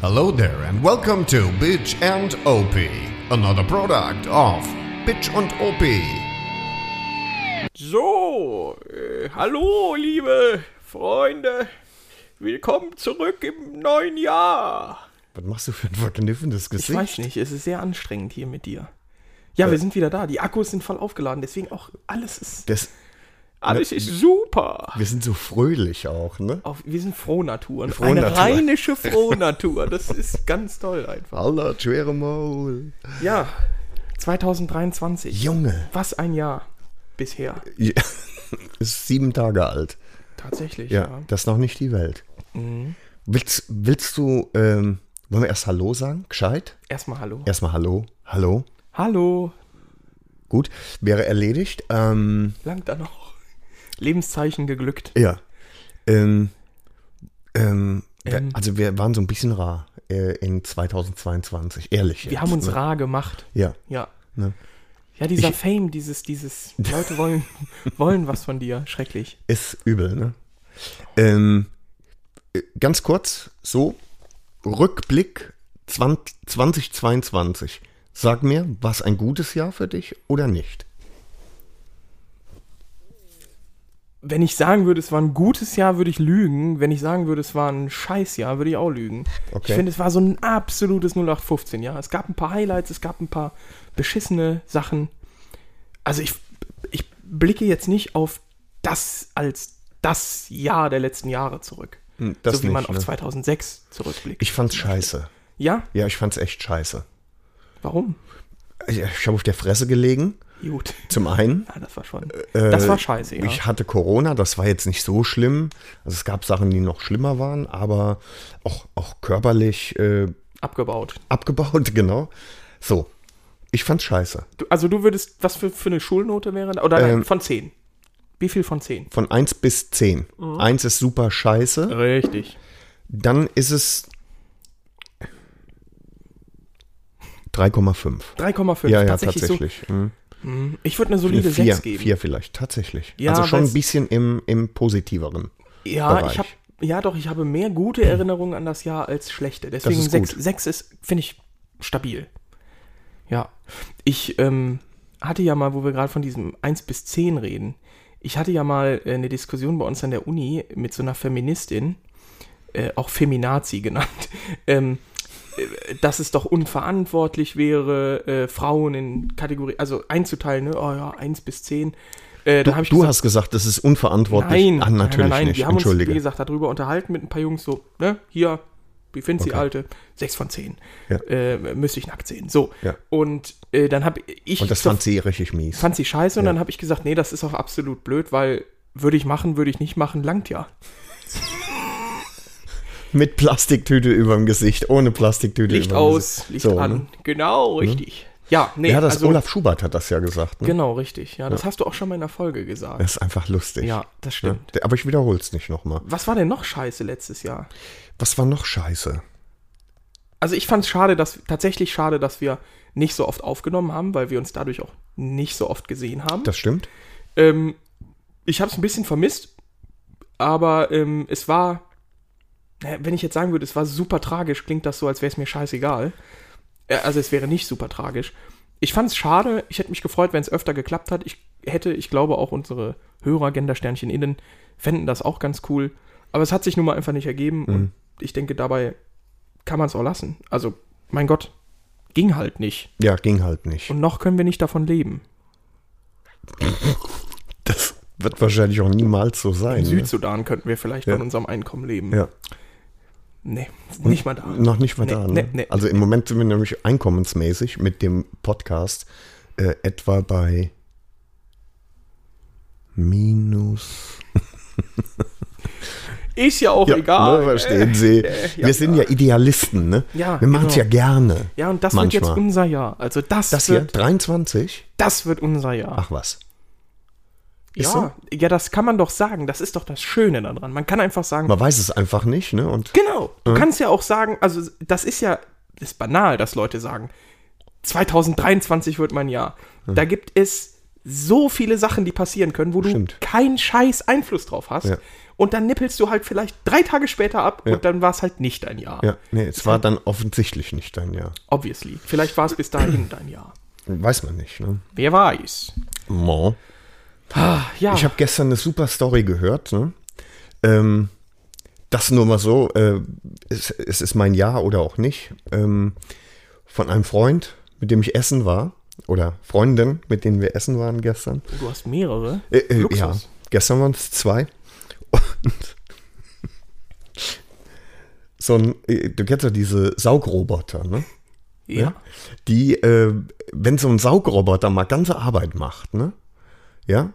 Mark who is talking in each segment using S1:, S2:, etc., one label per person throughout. S1: Hello there and welcome to Bitch and OP, another product of Bitch und OP.
S2: So, äh, hallo liebe Freunde, willkommen zurück im neuen Jahr.
S3: Was machst du für ein verkniffenes
S2: Ich
S3: Gesicht?
S2: weiß nicht, es ist sehr anstrengend hier mit dir. Ja,
S3: Äh.
S2: wir sind wieder da, die Akkus sind voll aufgeladen, deswegen auch alles ist,
S3: Das,
S2: alles ist super.
S3: wir sind so fröhlich auch, ne?
S2: Auf, wir sind Frohnatur, eine
S3: Frohnatur.
S2: rheinische Frohnatur, das ist ganz toll einfach.
S3: Aller Halt schwere Maul.
S2: Ja, 2023,
S3: Junge.
S2: was ein Jahr bisher,
S3: Ja. Ist sieben Tage alt.
S2: tatsächlich.
S3: Ja, das ist noch nicht die Welt. Willst, willst du, ähm, wollen wir erst Hallo sagen? Gescheit?
S2: Erstmal hallo.
S3: Erstmal Hallo. Hallo.
S2: Hallo,
S3: Gut. Wäre erledigt. Ähm,
S2: langt da noch. Lebenszeichen geglückt.
S3: ja. Ähm, ähm, wer-
S2: Ähm.
S3: Also wir waren so ein bisschen rar äh, in 2022. Ehrlich. ne?
S2: Wir haben uns rar gemacht.
S3: Ja.
S2: Ja.
S3: Ne.
S2: Ja, dieser Fame, dieses, dieses, Leute wollen, wollen was von dir. Schrecklich.
S3: Ist übel, ne? Ähm, äh, ganz kurz, so, Rückblick 20, 2022. Sag mir, war es ein gutes Jahr für dich oder nicht?
S2: Wenn ich sagen würde, es war ein gutes Jahr, würde ich lügen. Wenn ich sagen würde, es war ein Scheißjahr, würde ich auch lügen.
S3: Okay.
S2: Ich finde, es war so ein absolutes 0815-Jahr. Es gab ein paar Highlights, es gab ein paar beschissene Sachen. Also ich, ich blicke jetzt nicht auf das als das Jahr der letzten Jahre zurück.
S3: Hm, das
S2: so wie man
S3: nicht,
S2: auf
S3: ne?
S2: 2006 zurückblickt.
S3: Ich fand's scheiße.
S2: ja?
S3: Ja, ich fand's echt scheiße.
S2: Warum?
S3: Ich, ich habe auf der Fresse gelegen,
S2: Gut.
S3: zum einen.
S2: Ah, das war schon. das war scheiße, ja.
S3: Äh, Ich hatte Corona, das war jetzt nicht so schlimm. Also es gab Sachen, die noch schlimmer waren, aber auch, auch körperlich äh,
S2: Abgebaut.
S3: abgebaut, genau. So, ich fand's scheiße.
S2: Du, also du würdest, was für, für eine Schulnote wäre da? Oder nein,
S3: Ähm.
S2: von 10. Wie viel von 10?
S3: Von 1 bis 10.
S2: Mhm.
S3: 1 ist super scheiße.
S2: Richtig.
S3: Dann ist es 3,5.
S2: 3,5.
S3: Ja, ja, tatsächlich. Mhm.
S2: So, ich würde eine solide
S3: Vier,
S2: 6 geben.
S3: vier vielleicht, tatsächlich.
S2: Ja,
S3: also schon
S2: aber
S3: ein
S2: es-
S3: bisschen im, im Positiveren.
S2: ja,
S3: Bereich. Hm.
S2: ich habe ja doch, ich habe mehr gute Erinnerungen an das Jahr als schlechte. Deswegen
S3: ist
S2: 6,
S3: gut.
S2: 6 ist, finde ich, stabil. Ja. Ich ähm, hatte ja mal, wo wir gerade von diesem 1 bis 10 reden, ich hatte ja mal äh, eine Diskussion bei uns an der Uni mit so einer Feministin, äh, auch Feminazi genannt, ähm, äh, dass es doch unverantwortlich wäre, äh, Frauen in Kategorie, also einzuteilen, ne? oh ja, 1 bis 10. Äh,
S3: Du,
S2: da hab ich
S3: du
S2: gesagt,
S3: hast gesagt, das ist unverantwortlich.
S2: Nein,
S3: Ah, natürlich
S2: nein, nein,
S3: nicht.
S2: Wir haben uns, wie
S3: Entschuldige.
S2: gesagt, darüber unterhalten mit ein paar Jungs, so, ne, hier, wie findest du die
S3: Okay.
S2: alte? Sechs von zehn.
S3: Ja.
S2: Äh, müsste ich nackt sehen. So.
S3: Ja.
S2: Und äh, dann habe ich.
S3: Und das
S2: zur-
S3: fand sie richtig mies.
S2: fand sie scheiße und dann habe ich gesagt, nee, das ist auch absolut blöd, weil würde ich machen, würde ich nicht machen, langt ja.
S3: Mit Plastiktüte über dem Gesicht, ohne Plastiktüte
S2: Licht
S3: überm
S2: aus,
S3: Gesicht.
S2: Licht
S3: So,
S2: an.
S3: ne?
S2: Genau, richtig. Ja, nee,
S3: ja, das
S2: also,
S3: Olaf Schubert hat das ja gesagt. Ne?
S2: Genau, richtig. Ja, das hast du auch schon mal in der Folge gesagt.
S3: Das ist einfach lustig.
S2: ja, das
S3: Ne?
S2: stimmt.
S3: Aber ich wiederhole es nicht nochmal.
S2: Was war denn noch scheiße letztes Jahr?
S3: Was war noch scheiße?
S2: Also ich fand es schade, dass tatsächlich schade, dass wir nicht so oft aufgenommen haben, weil wir uns dadurch auch nicht so oft gesehen haben.
S3: Das stimmt.
S2: Ähm, ich habe es ein bisschen vermisst, aber ähm, es war, naja, wenn ich jetzt sagen würde, es war super tragisch, klingt das so, als wäre es mir scheißegal. Äh, also es wäre nicht super tragisch. Ich fand es schade, ich hätte mich gefreut, wenn es öfter geklappt hat. Ich hätte, ich glaube, auch unsere Hörer, Gendersternchen innen, fänden das auch ganz cool. Aber es hat sich nun mal einfach nicht ergeben und ich denke, dabei kann man es auch lassen. Also, mein Gott, ging halt nicht.
S3: Ja, ging halt nicht.
S2: Und noch können wir nicht davon leben.
S3: das wird wahrscheinlich auch niemals so sein.
S2: Im
S3: Ne?
S2: Südsudan könnten wir vielleicht von unserem Einkommen leben.
S3: Ja.
S2: Nee, nicht mal da.
S3: Noch nicht mal
S2: Nee,
S3: da. Ne?
S2: nee, nee.
S3: also im Moment sind wir nämlich einkommensmäßig mit dem Podcast äh, etwa bei minus.
S2: Ist ja auch egal.
S3: ne, verstehen Sie.
S2: ja,
S3: wir sind ja Idealisten, ne?
S2: Ja,
S3: wir machen es
S2: genau.
S3: ja gerne.
S2: Ja, und das
S3: manchmal.
S2: wird jetzt unser Jahr. Also das,
S3: Das hier,
S2: wird,
S3: 23?
S2: das wird unser Jahr.
S3: Ach was.
S2: ja,
S3: ist so?
S2: ja, das kann man doch sagen. Das ist doch das Schöne daran. Man kann einfach sagen,
S3: Man weiß es einfach nicht, ne? Und
S2: genau. Du kannst ja auch sagen, also das ist ja, das ist banal, dass Leute sagen, 2023 wird mein Jahr. Da gibt es so viele Sachen, die passieren können, wo du
S3: Stimmt.
S2: keinen scheiß Einfluss drauf hast.
S3: Ja.
S2: und dann nippelst du halt vielleicht drei Tage später ab
S3: Ja.
S2: und dann war es halt nicht dein Jahr.
S3: Ja, nee, es war dann offensichtlich nicht dein Jahr.
S2: Obviously. Vielleicht war es bis dahin dein Jahr.
S3: Weiß man nicht, ne?
S2: Wer weiß.
S3: Bon.
S2: Ja,
S3: Ah, Ich habe gestern eine super Story gehört. Ne? Ähm, das nur mal so. Äh, es, es ist mein Ja oder auch nicht. Ähm, von einem Freund, mit dem ich essen war. Oder Freundin, mit denen wir essen waren gestern.
S2: du hast mehrere.
S3: Äh, äh,
S2: Luxus.
S3: ja, gestern waren es zwei. Und so ein, äh, du kennst ja diese Saugroboter, ne?
S2: Ja.
S3: ja? die, äh, wenn so ein Saugroboter mal ganze Arbeit macht, ne? Ja,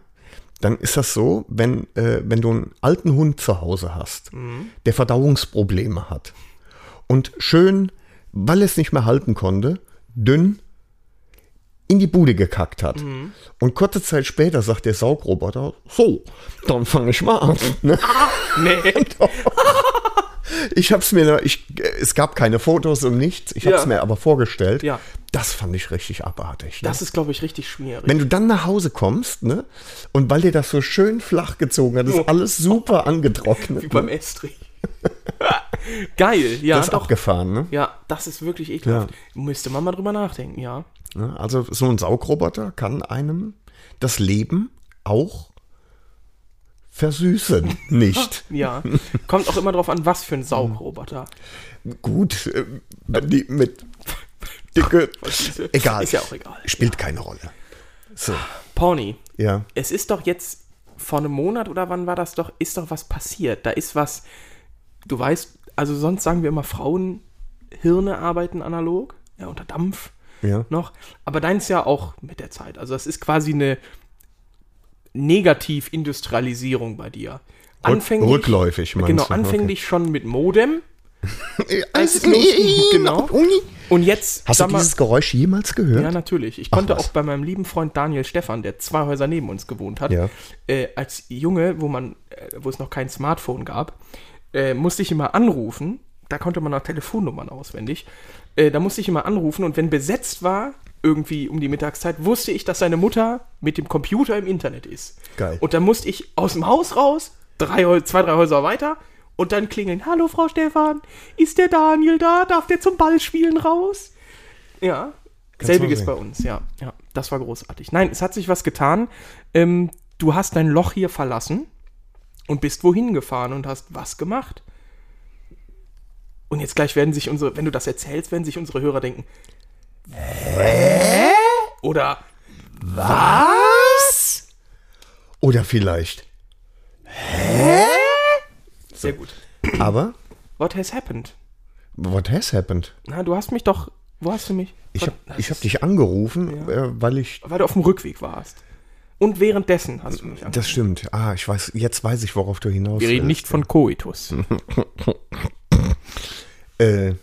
S3: dann ist das so, wenn, äh, wenn du einen alten Hund zu Hause hast,
S2: Mhm.
S3: der Verdauungsprobleme hat und schön, weil es nicht mehr halten konnte, dünn in die Bude gekackt hat.
S2: Mhm.
S3: Und kurze Zeit später sagt der Saugroboter, so, dann fange ich mal an. Ne?
S2: Nee.
S3: Ich hab's mir, da- ich, äh, es gab keine Fotos und nichts, ich hab's
S2: Ja.
S3: mir aber vorgestellt.
S2: Ja.
S3: Das fand ich richtig abartig. Ne?
S2: Das ist, glaube ich, richtig schwierig.
S3: Wenn du dann nach Hause kommst, ne, und weil dir das so schön flach gezogen hat, ist alles super
S2: Oh. Wie
S3: angetrocknet. ne?
S2: beim Estrich. Geil, ja,
S3: das ist
S2: doch.
S3: abgefahren, ne?
S2: Ja, das ist wirklich ekelhaft. Müsste man mal drüber nachdenken, ja.
S3: Ne? Also so ein Saugroboter kann einem das Leben auch versüßen, nicht?
S2: Ja. Kommt auch immer drauf an, was für ein Saugroboter.
S3: Gut, äh, wenn die mit dicke, egal,
S2: Ist ja auch egal.
S3: spielt keine Rolle. So,
S2: Pony,
S3: ja.
S2: es ist doch jetzt vor einem Monat oder wann war das doch, ist doch was passiert. Da ist was, du weißt, also sonst sagen wir immer, Frauenhirne arbeiten analog, ja, unter Dampf
S3: Ja.
S2: noch. Aber deins ja auch mit der Zeit. Also das ist quasi eine Negativindustrialisierung bei dir. Anfänglich,
S3: rückläufig, Äh, meinst
S2: genau,
S3: du?
S2: anfänglich schon mit Modem
S3: Okay.
S2: als es losging, genau.
S3: Genau.
S2: und jetzt,
S3: Hast du dieses Geräusch jemals gehört?
S2: ja, natürlich. Ich konnte
S3: was.
S2: auch bei meinem lieben Freund Daniel Stefan, der zwei Häuser neben uns gewohnt hat,
S3: Ja.
S2: äh, als Junge, wo man, äh, wo es noch kein Smartphone gab, äh, musste ich immer anrufen. Da konnte man noch Telefonnummern auswendig. Äh, da musste ich immer anrufen und wenn besetzt war, irgendwie um die Mittagszeit, wusste ich, dass seine Mutter mit dem Computer im Internet ist.
S3: Geil.
S2: Und dann musste ich aus dem Haus raus, drei, Häu- zwei, drei Häuser weiter und dann klingeln: Hallo, Frau Stefan, ist der Daniel da? Darf der zum Ballspielen raus? Ja, selbiges
S3: sehen.
S2: bei uns, ja. ja. Das war großartig. Nein, es hat sich was getan. Ähm, du hast dein Loch hier verlassen und bist wohin gefahren und hast was gemacht. Und jetzt gleich werden sich unsere, wenn du das erzählst, werden sich unsere Hörer denken, Hä? Oder
S3: Was? Oder vielleicht.
S2: sehr gut.
S3: Aber,
S2: What has happened?
S3: what has happened?
S2: Na, du hast mich doch. Wo hast du mich?
S3: Ich habe ich hab dich angerufen, äh, weil ich.
S2: Weil du auf dem Rückweg warst. Und währenddessen hast du mich angerufen.
S3: Das stimmt. Ah, ich weiß, jetzt weiß ich, worauf du hinaus
S2: Wir reden nicht von Coitus.
S3: Hm. Äh,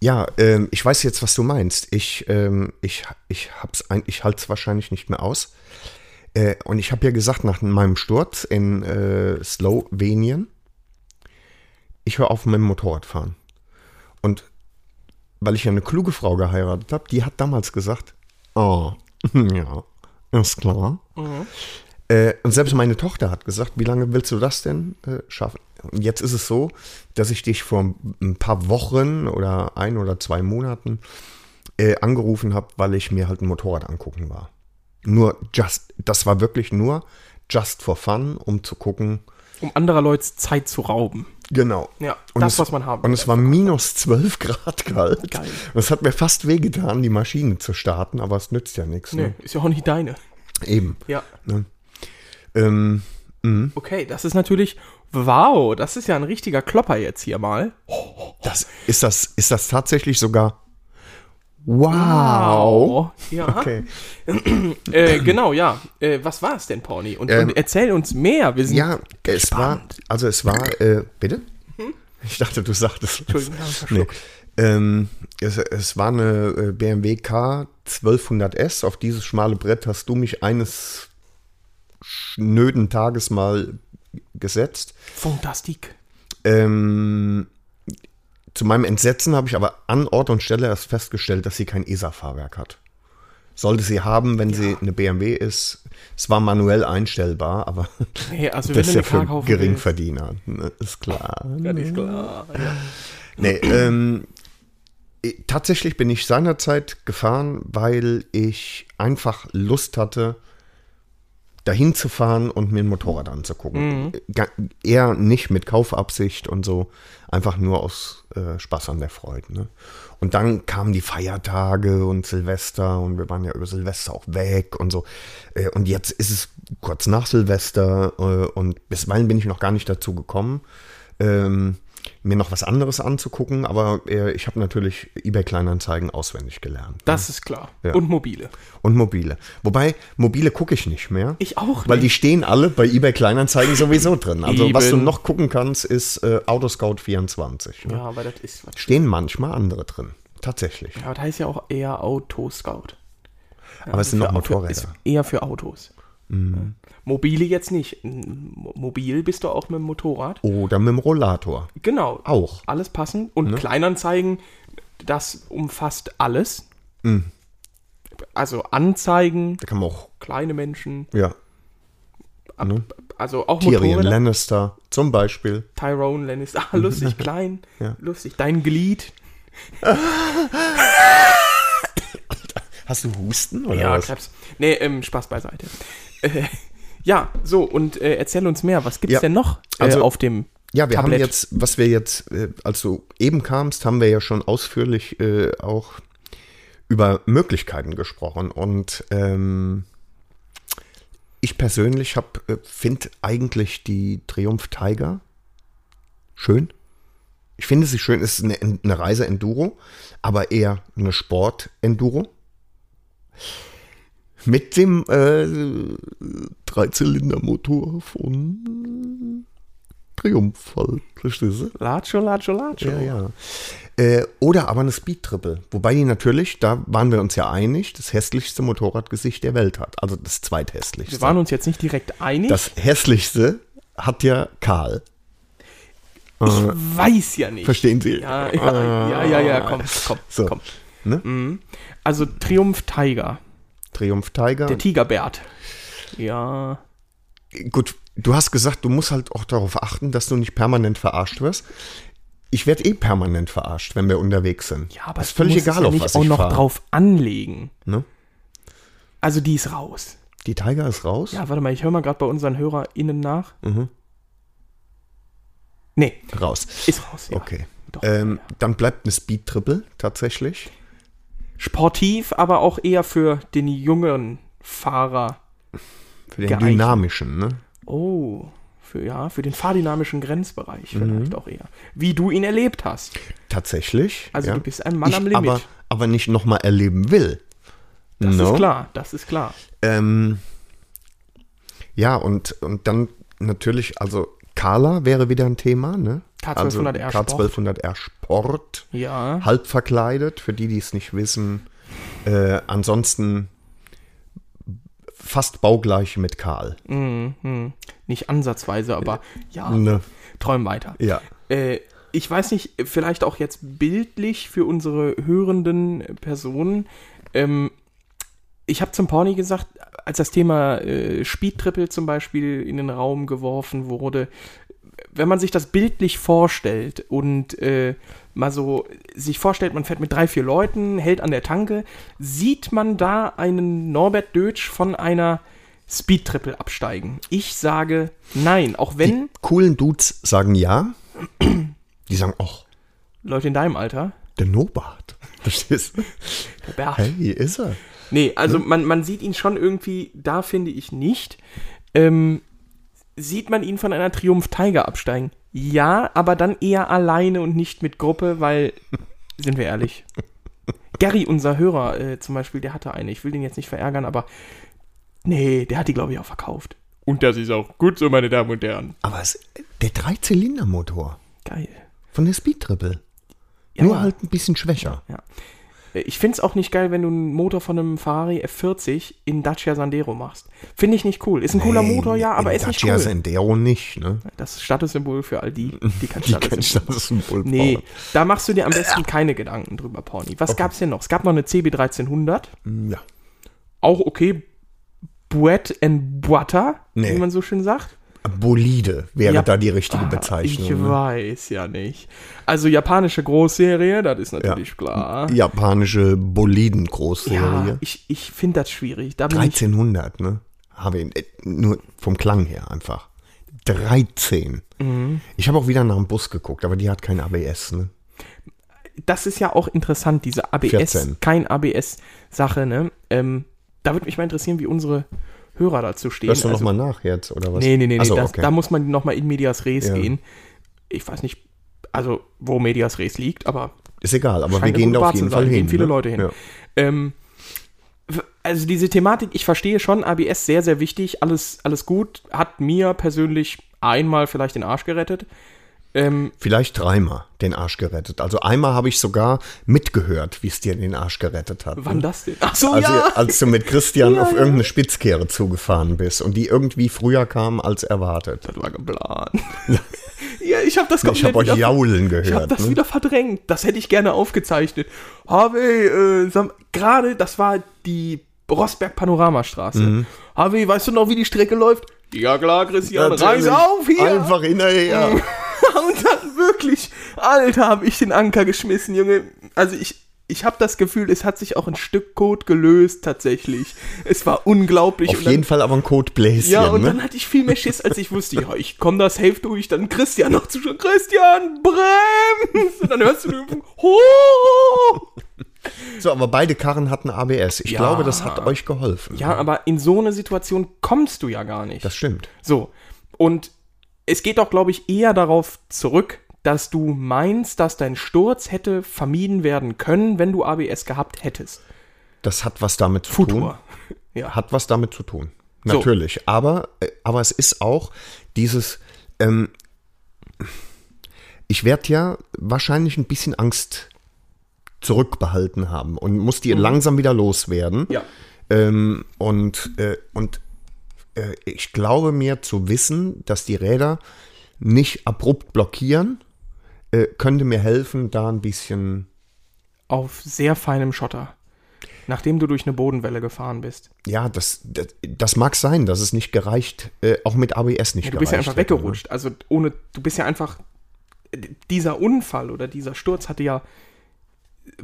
S3: ja, ähm, ich weiß jetzt, was du meinst. Ich, ähm, ich, ich, hab's ein, ich halte es wahrscheinlich nicht mehr aus. Äh, und ich habe ja gesagt, nach meinem Sturz in äh, Slowenien, ich höre auf mit dem Motorradfahren. Und weil ich ja eine kluge Frau geheiratet habe, die hat damals gesagt, oh, ja, ist klar. Äh, und selbst meine Tochter hat gesagt, wie lange willst du das denn äh, schaffen? Und jetzt ist es so, dass ich dich vor ein paar Wochen oder ein oder zwei Monaten äh, angerufen habe, weil ich mir halt ein Motorrad angucken war. Nur just, das war wirklich nur just for fun, um zu gucken.
S2: Um anderer Leute Zeit zu rauben.
S3: Genau.
S2: Ja,
S3: und
S2: das,
S3: es,
S2: was man haben
S3: Und es war minus 12 Grad kalt.
S2: Geil.
S3: Und es hat mir fast wehgetan, die Maschine zu starten, aber es nützt ja nichts.
S2: Nö,
S3: Ne?
S2: ist ja auch nicht deine.
S3: Eben.
S2: Ja.
S3: Ähm,
S2: Okay, das ist natürlich. Wow, das ist ja ein richtiger Klopper jetzt hier mal.
S3: Das, ist, das, ist das tatsächlich sogar. Wow!
S2: Ja.
S3: Okay.
S2: Äh, genau, ja. Äh, was war es denn, Pauli? Und, und erzähl uns mehr. Wir sind
S3: Ähm, Ja, es war. Also, es war. Äh, bitte? Ich dachte, du sagtest. was.
S2: Hm? Entschuldigung, ich hab
S3: nee. ähm, es, es war eine äh, BMW K 1200S. Auf dieses schmale Brett hast du mich eines schnöden Tages mal gesetzt.
S2: Fantastik.
S3: Ähm, zu meinem Entsetzen habe ich aber an Ort und Stelle erst festgestellt, dass sie kein ESA-Fahrwerk E hat. Sollte sie haben, wenn sie eine BMW ist. Es war manuell einstellbar, aber
S2: Nee, also wenn
S3: das
S2: du
S3: ist ja
S2: eine Karre
S3: für
S2: kaufen
S3: Geringverdiener. Ne, Ist klar.
S2: Ja, ist klar. Ja.
S3: Nee, ähm, ich- tatsächlich bin ich seinerzeit gefahren, weil ich einfach Lust hatte, dahin zu fahren und mir ein Motorrad anzugucken. Ga- Eher nicht mit Kaufabsicht und so, einfach nur aus äh, Spaß an der Freude. Ne? Und dann kamen die Feiertage und Silvester und wir waren ja über Silvester auch weg und so. Äh, und jetzt ist es kurz nach Silvester äh, und bisweilen bin ich noch gar nicht dazu gekommen ähm, mir noch was anderes anzugucken, aber äh, ich habe natürlich eBay Kleinanzeigen auswendig gelernt
S2: Das ist klar.
S3: Ja.
S2: Und mobile.
S3: und mobile. Wobei mobile gucke ich nicht mehr.
S2: Ich auch
S3: Weil die
S2: nicht.
S3: stehen alle bei eBay Kleinanzeigen sowieso drin. Also was du
S2: Eben.
S3: noch gucken kannst, ist äh, Autoscout 24. Ne?
S2: Ja, aber das ist was.
S3: Stehen manchmal andere drin. Tatsächlich.
S2: Ja, das heißt ja auch eher Autoscout.
S3: aber es sind
S2: Für
S3: noch
S2: Auto- ist
S3: Motorräder. Mhm.
S2: Eher für Autos. Ja. Mobile jetzt nicht. M- Mobil bist du auch mit dem Motorrad.
S3: Oder mit dem Rollator.
S2: Genau.
S3: Auch.
S2: Alles passend.
S3: Ne?
S2: Und Kleinanzeigen, das umfasst alles.
S3: Mhm.
S2: Also Anzeigen,
S3: Da kann man auch,
S2: kleine Menschen,
S3: ja,
S2: ab,
S3: Ne?
S2: also auch
S3: Tyrion
S2: Motorräder.
S3: Lannister zum Beispiel.
S2: Tyrone Lannister, ah, lustig, klein,
S3: Ja.
S2: lustig, dein Glied.
S3: Hast du Husten oder
S2: Ja,
S3: was?
S2: Krebs. Nee, ähm, Spaß beiseite. Äh, ja, so, und äh, erzähl uns mehr. Was gibt's
S3: Ja.
S2: denn noch äh,
S3: Also,
S2: auf dem
S3: Ja, wir
S2: Tablett?
S3: haben jetzt, was wir jetzt, äh, als du eben kamst, haben wir ja schon ausführlich äh, auch über Möglichkeiten gesprochen. Und ähm, ich persönlich hab, äh, finde eigentlich die Triumph Tiger schön. Ich finde sie schön, Es ist eine, eine Reise Enduro, aber eher eine Sport Enduro. Mit dem äh, Dreizylindermotor von Triumph halt, verstehst du?
S2: Lacho, Lacho, Lacho.
S3: Ja, ja. Äh, oder aber eine Speed-Triple. Wobei die natürlich, da waren wir uns ja einig, das hässlichste Motorradgesicht der Welt hat. Also das zweithässlichste.
S2: Wir waren uns jetzt nicht direkt einig.
S3: das hässlichste hat ja Karl.
S2: ich weiß ja nicht.
S3: Verstehen Sie?
S2: Ja, Ah, ja, ja, ja, ja, komm, komm,
S3: So.
S2: komm.
S3: Ne?
S2: Also Triumph Tiger,
S3: Triumph Tiger.
S2: der Tigerbärt. Ja.
S3: Gut, du hast gesagt, du musst halt auch darauf achten, dass du nicht permanent verarscht wirst. Ich werde eh permanent verarscht, wenn wir unterwegs sind.
S2: Ja, aber
S3: ist völlig
S2: du musst es
S3: egal,
S2: ja
S3: auf
S2: nicht
S3: was
S2: auch
S3: ich
S2: noch
S3: fahre.
S2: drauf anlegen.
S3: Ne?
S2: Also die ist raus.
S3: Die Tiger ist raus.
S2: Ja, warte mal, ich höre mal gerade bei unseren HörerInnen nach.
S3: Mhm.
S2: Nee,
S3: Raus.
S2: ist raus. Ja.
S3: Okay.
S2: Doch.
S3: Ähm, dann bleibt eine Speed Triple tatsächlich.
S2: Sportiv, aber auch eher für den jüngeren Fahrer.
S3: Für den
S2: Geeicht.
S3: dynamischen, ne?
S2: Oh, für, ja, für den fahrdynamischen Grenzbereich
S3: Mhm.
S2: vielleicht auch eher. Wie du ihn erlebt hast.
S3: Tatsächlich.
S2: Also
S3: ja.
S2: du bist ein Mann
S3: ich
S2: am Limit.
S3: Aber, aber nicht nochmal erleben will.
S2: Das
S3: No.
S2: ist klar, das ist klar.
S3: Ähm, ja, und, und dann natürlich, also Carla wäre wieder ein Thema, ne?
S2: K1200R
S3: also, K1200R Sport.
S2: Ja.
S3: halb verkleidet, für die, die es nicht wissen. Äh, ansonsten fast baugleich mit Karl.
S2: Hm, hm. Nicht ansatzweise, aber ja,
S3: Ne?
S2: träum weiter.
S3: Ja.
S2: Äh, ich weiß nicht, vielleicht auch jetzt bildlich für unsere hörenden Personen. Ähm, ich habe zum Porni gesagt, als das Thema äh, Speedtriple zum Beispiel in den Raum geworfen wurde, wenn man sich das bildlich vorstellt und äh, mal so sich vorstellt, man fährt mit drei, vier Leuten, hält an der Tanke, sieht man da einen Norbert Dötsch von einer Speedtriple absteigen? Ich sage nein, auch wenn
S3: Coolen Dudes sagen ja. Die sagen, ach,
S2: Leute in deinem Alter
S3: der Nobart. Verstehst du?
S2: Der Bert.
S3: Hey, hier ist er.
S2: Nee, also man, man sieht ihn schon irgendwie, da finde ich nicht. Ähm, sieht man ihn von einer Triumph Tiger absteigen? Ja, aber dann eher alleine und nicht mit Gruppe, weil, sind wir ehrlich. Gary, unser Hörer äh, zum Beispiel, der hatte eine. Ich will den jetzt nicht verärgern, aber nee, der hat die, glaube ich, auch verkauft. Und das ist auch gut so, meine Damen und Herren.
S3: Aber es, der Dreizylindermotor
S2: Geil.
S3: von der Speed Triple.
S2: Ja,
S3: Nur
S2: ja.
S3: halt ein bisschen schwächer.
S2: Ja. Äh, Ich find's auch nicht geil, wenn du einen Motor von einem Ferrari F40 in Dacia Sandero machst. Finde ich nicht cool. Ist ein cooler Motor, ja, aber ist nicht
S3: Dacia
S2: cool.
S3: Sendero nicht, ne?
S2: Das Statussymbol für all die, die kein
S3: Die kennst du,
S2: Statussymbol
S3: das ist ein Bullpower.
S2: Nee, da machst du dir am besten keine Gedanken drüber, Porni. Was gab's denn noch? Es gab noch eine CB1300.
S3: Hm, Ja.
S2: auch okay. Bread and Butter,
S3: Nee.
S2: wie man so schön sagt.
S3: Bolide wäre
S2: Ja. Ah,
S3: da die richtige
S2: Ich
S3: Bezeichnung. ne?
S2: weiß ja nicht. Also japanische Großserie, das ist natürlich klar.
S3: Japanische Boliden-Großserie.
S2: Ja, ich, ich finde das schwierig. Da bin
S3: 1300, ne? Habe ich, äh, nur vom Klang her einfach. 13.
S2: Mhm.
S3: Ich habe auch wieder nach dem Bus geguckt, aber die hat kein ABS, ne?
S2: ich, das ist ja auch interessant, diese ABS,
S3: 14.
S2: kein ABS-Sache, ne? Ähm, da würde mich mal interessieren, wie unsere Hörer dazu stehen.
S3: Hörst du noch nochmal nach jetzt, oder was?
S2: also nee, nee, nee, nee
S3: Ach so,
S2: das,
S3: okay.
S2: da muss man nochmal in Medias Res
S3: Ja.
S2: gehen. Ich weiß nicht, also wo Medias Res liegt, aber
S3: Ist egal, aber wir
S2: Scheint eine
S3: gehen da
S2: gute
S3: auf
S2: Bar
S3: jeden
S2: zu
S3: Fall
S2: sein,
S3: hin.
S2: gehen viele
S3: ne?
S2: Leute hin.
S3: Ja.
S2: Ähm, w- also diese Thematik, ich verstehe schon, ABS sehr, sehr wichtig, alles, alles gut, hat mir persönlich einmal vielleicht den Arsch gerettet. Ähm,
S3: Vielleicht dreimal den Arsch gerettet. Also einmal habe ich sogar mitgehört, wie es dir den Arsch gerettet hat.
S2: wann das denn? Ach so,
S3: Als,
S2: ja.
S3: Also ihr- als du mit Christian auf irgendeine Spitzkehre zugefahren bist und die irgendwie früher kam als erwartet.
S2: das war geplant. ja, ich habe das komplett
S3: Ich habe euch
S2: wieder-
S3: jaulen
S2: Ich habe
S3: gehört.
S2: das
S3: ne?
S2: wieder verdrängt. Das hätte ich gerne aufgezeichnet. Harvey, äh, sag- gerade, das war die Rosberg Panoramastraße.
S3: Mhm.
S2: Harvey, weißt du noch, wie die Strecke läuft? Ja klar, Christian, reiß
S3: Natürlich.
S2: auf hier! Mhm.
S3: Einfach hinterher.
S2: Und dann wirklich, Alter, habe ich den Anker geschmissen, Junge. Also ich, ich habe das Gefühl, es hat sich auch ein Stück Code gelöst tatsächlich. Es war unglaublich.
S3: Auf
S2: Und
S3: jeden
S2: dann,
S3: Fall aber ein Codebläschen.
S2: Ja, und
S3: ne?
S2: dann hatte ich viel mehr Schiss, als ich wusste. Ja, ich komme da safe durch. Dann Christian noch zu schon. Christian, bremst! Und dann hörst du den Impfung. Ho!
S3: so, aber beide Karren hatten ABS. Ich
S2: Ja.
S3: glaube, das hat euch geholfen.
S2: Ja, aber in so eine Situation kommst du ja gar nicht.
S3: Das stimmt.
S2: So. Und es geht auch, glaube ich, eher darauf zurück, dass du meinst, dass dein Sturz hätte vermieden werden können, wenn du ABS gehabt hättest.
S3: Das hat was damit zu tun.
S2: Futur. Ja.
S3: Hat was damit zu tun.
S2: So.
S3: Natürlich. Aber, äh, aber es ist auch dieses. Ähm, ich werde ja wahrscheinlich ein bisschen Angst zurückbehalten haben und muss die langsam wieder loswerden.
S2: Mhm. Ja.
S3: Ähm, und äh, und äh, ich glaube mir zu wissen, dass die Räder nicht abrupt blockieren, äh, könnte mir helfen, da ein bisschen.
S2: Auf sehr feinem Schotter. Nachdem du durch eine Bodenwelle gefahren bist.
S3: Ja, das, das, das mag sein, dass es nicht gereicht, äh, auch mit ABS nicht
S2: Ja,
S3: gereicht.
S2: du bist ja einfach
S3: hätte, ne?
S2: weggerutscht. Also ohne, du bist ja einfach. Dieser Unfall oder dieser Sturz hatte ja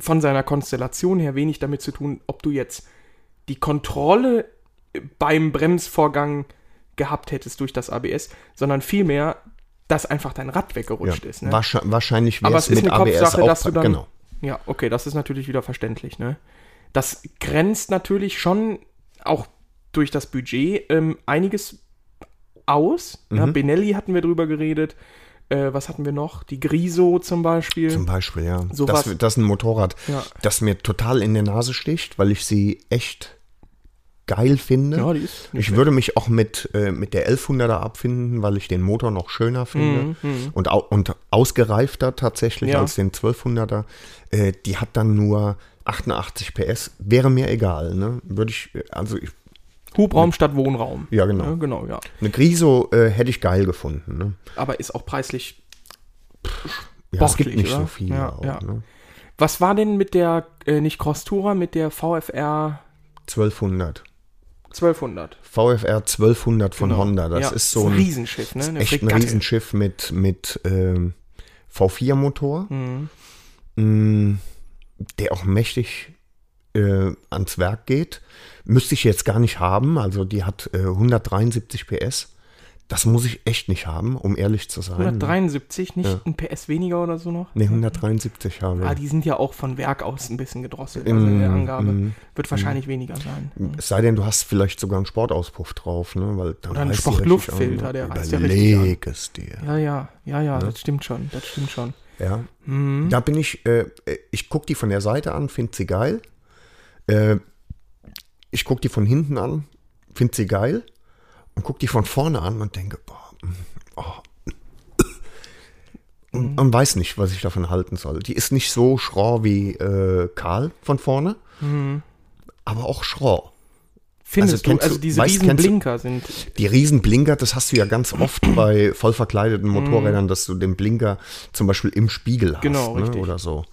S2: von seiner Konstellation her wenig damit zu tun, ob du jetzt die Kontrolle beim Bremsvorgang gehabt hättest durch das ABS, sondern vielmehr, dass einfach dein Rad weggerutscht
S3: ja.
S2: ist. Ne?
S3: Wahrsch- Wahrscheinlich wäre
S2: Aber es
S3: es
S2: ist
S3: mit
S2: eine
S3: ABS
S2: Kopfsache,
S3: auch.
S2: dass du dann.
S3: genau.
S2: Ja, okay, das ist natürlich wieder verständlich, ne? Das grenzt natürlich schon auch durch das Budget ähm, einiges aus. Ja,
S3: Mhm.
S2: Benelli hatten wir drüber geredet. Äh, was hatten wir noch? Die Griso zum Beispiel.
S3: Zum Beispiel, ja.
S2: hm, Sowas.
S3: das, das ist ein Motorrad,
S2: Ja.
S3: das mir total in der Nase sticht, weil ich sie echt geil finde.
S2: Ja, die ist nicht
S3: ich würde mich auch mit, äh, mit der 1100er abfinden, weil ich den Motor noch schöner finde und, au und ausgereifter tatsächlich
S2: Mhm, Ja.
S3: als den 1200er. Äh, die hat dann nur 88 PS. Wäre mir egal, ne? Würde ich, also ich,
S2: Hubraum statt Wohnraum.
S3: ja genau.
S2: Ja, genau, ja.
S3: Eine Griso äh, hätte ich geil gefunden, ne?
S2: Aber ist auch preislich.
S3: Ja, es gibt
S2: Sportlich,
S3: nicht so
S2: oder?
S3: viele
S2: Ja,
S3: auch,
S2: ja.
S3: ne?
S2: Was war denn mit der, äh, nicht Crosstoura, mit der VFR
S3: 1200.
S2: 1200?
S3: VFR 1200 von Honda. Das
S2: Genau. Ja,
S3: ist so
S2: ein
S3: ein,
S2: Riesenschiff, ne? Eine
S3: echt ein
S2: Fregatte.
S3: Riesenschiff mit, mit ähm, V4-Motor,
S2: Mhm. Hm.
S3: Mm, der auch mächtig äh, ans Werk geht. Müsste ich jetzt gar nicht haben. Also die hat äh, 173 PS. Das muss ich echt nicht haben, um ehrlich zu sein.
S2: 173, nicht ein PS weniger oder so noch?
S3: Nee, 173 habe ich.
S2: Ah, die sind ja auch von Werk aus ein bisschen gedrosselt, also in der Angabe.
S3: mhm.
S2: Wird wahrscheinlich weniger sein.
S3: Es sei denn, du hast vielleicht sogar einen Sportauspuff drauf, ne? Weil dann
S2: Oder einen
S3: reißt die
S2: Sportluftfilter,
S3: richtig an.
S2: der reißt ja richtig an.
S3: Überleg es dir.
S2: Ja, ja, ja, ja, das stimmt schon, das stimmt schon.
S3: Ja. Da bin ich, äh, ich gucke die von der Seite an, finde sie geil. Äh, ich gucke die von hinten an, finde sie geil. Und gucke die von vorne an und denke, boah, mm, oh. Und, und weiß nicht, was ich davon halten soll. Die ist nicht so schroh wie äh, Karl von vorne, aber auch schroh.
S2: Findest du,
S3: kennst du-
S2: also diese
S3: weißt-
S2: riesen
S3: kennst du-
S2: Blinker sind,
S3: Die Riesenblinker, das hast du ja ganz oft
S2: Mhm.
S3: bei voll verkleideten Motorrädern, dass du den Blinker zum Beispiel im Spiegel hast
S2: Genau,
S3: ne,
S2: richtig.
S3: oder so.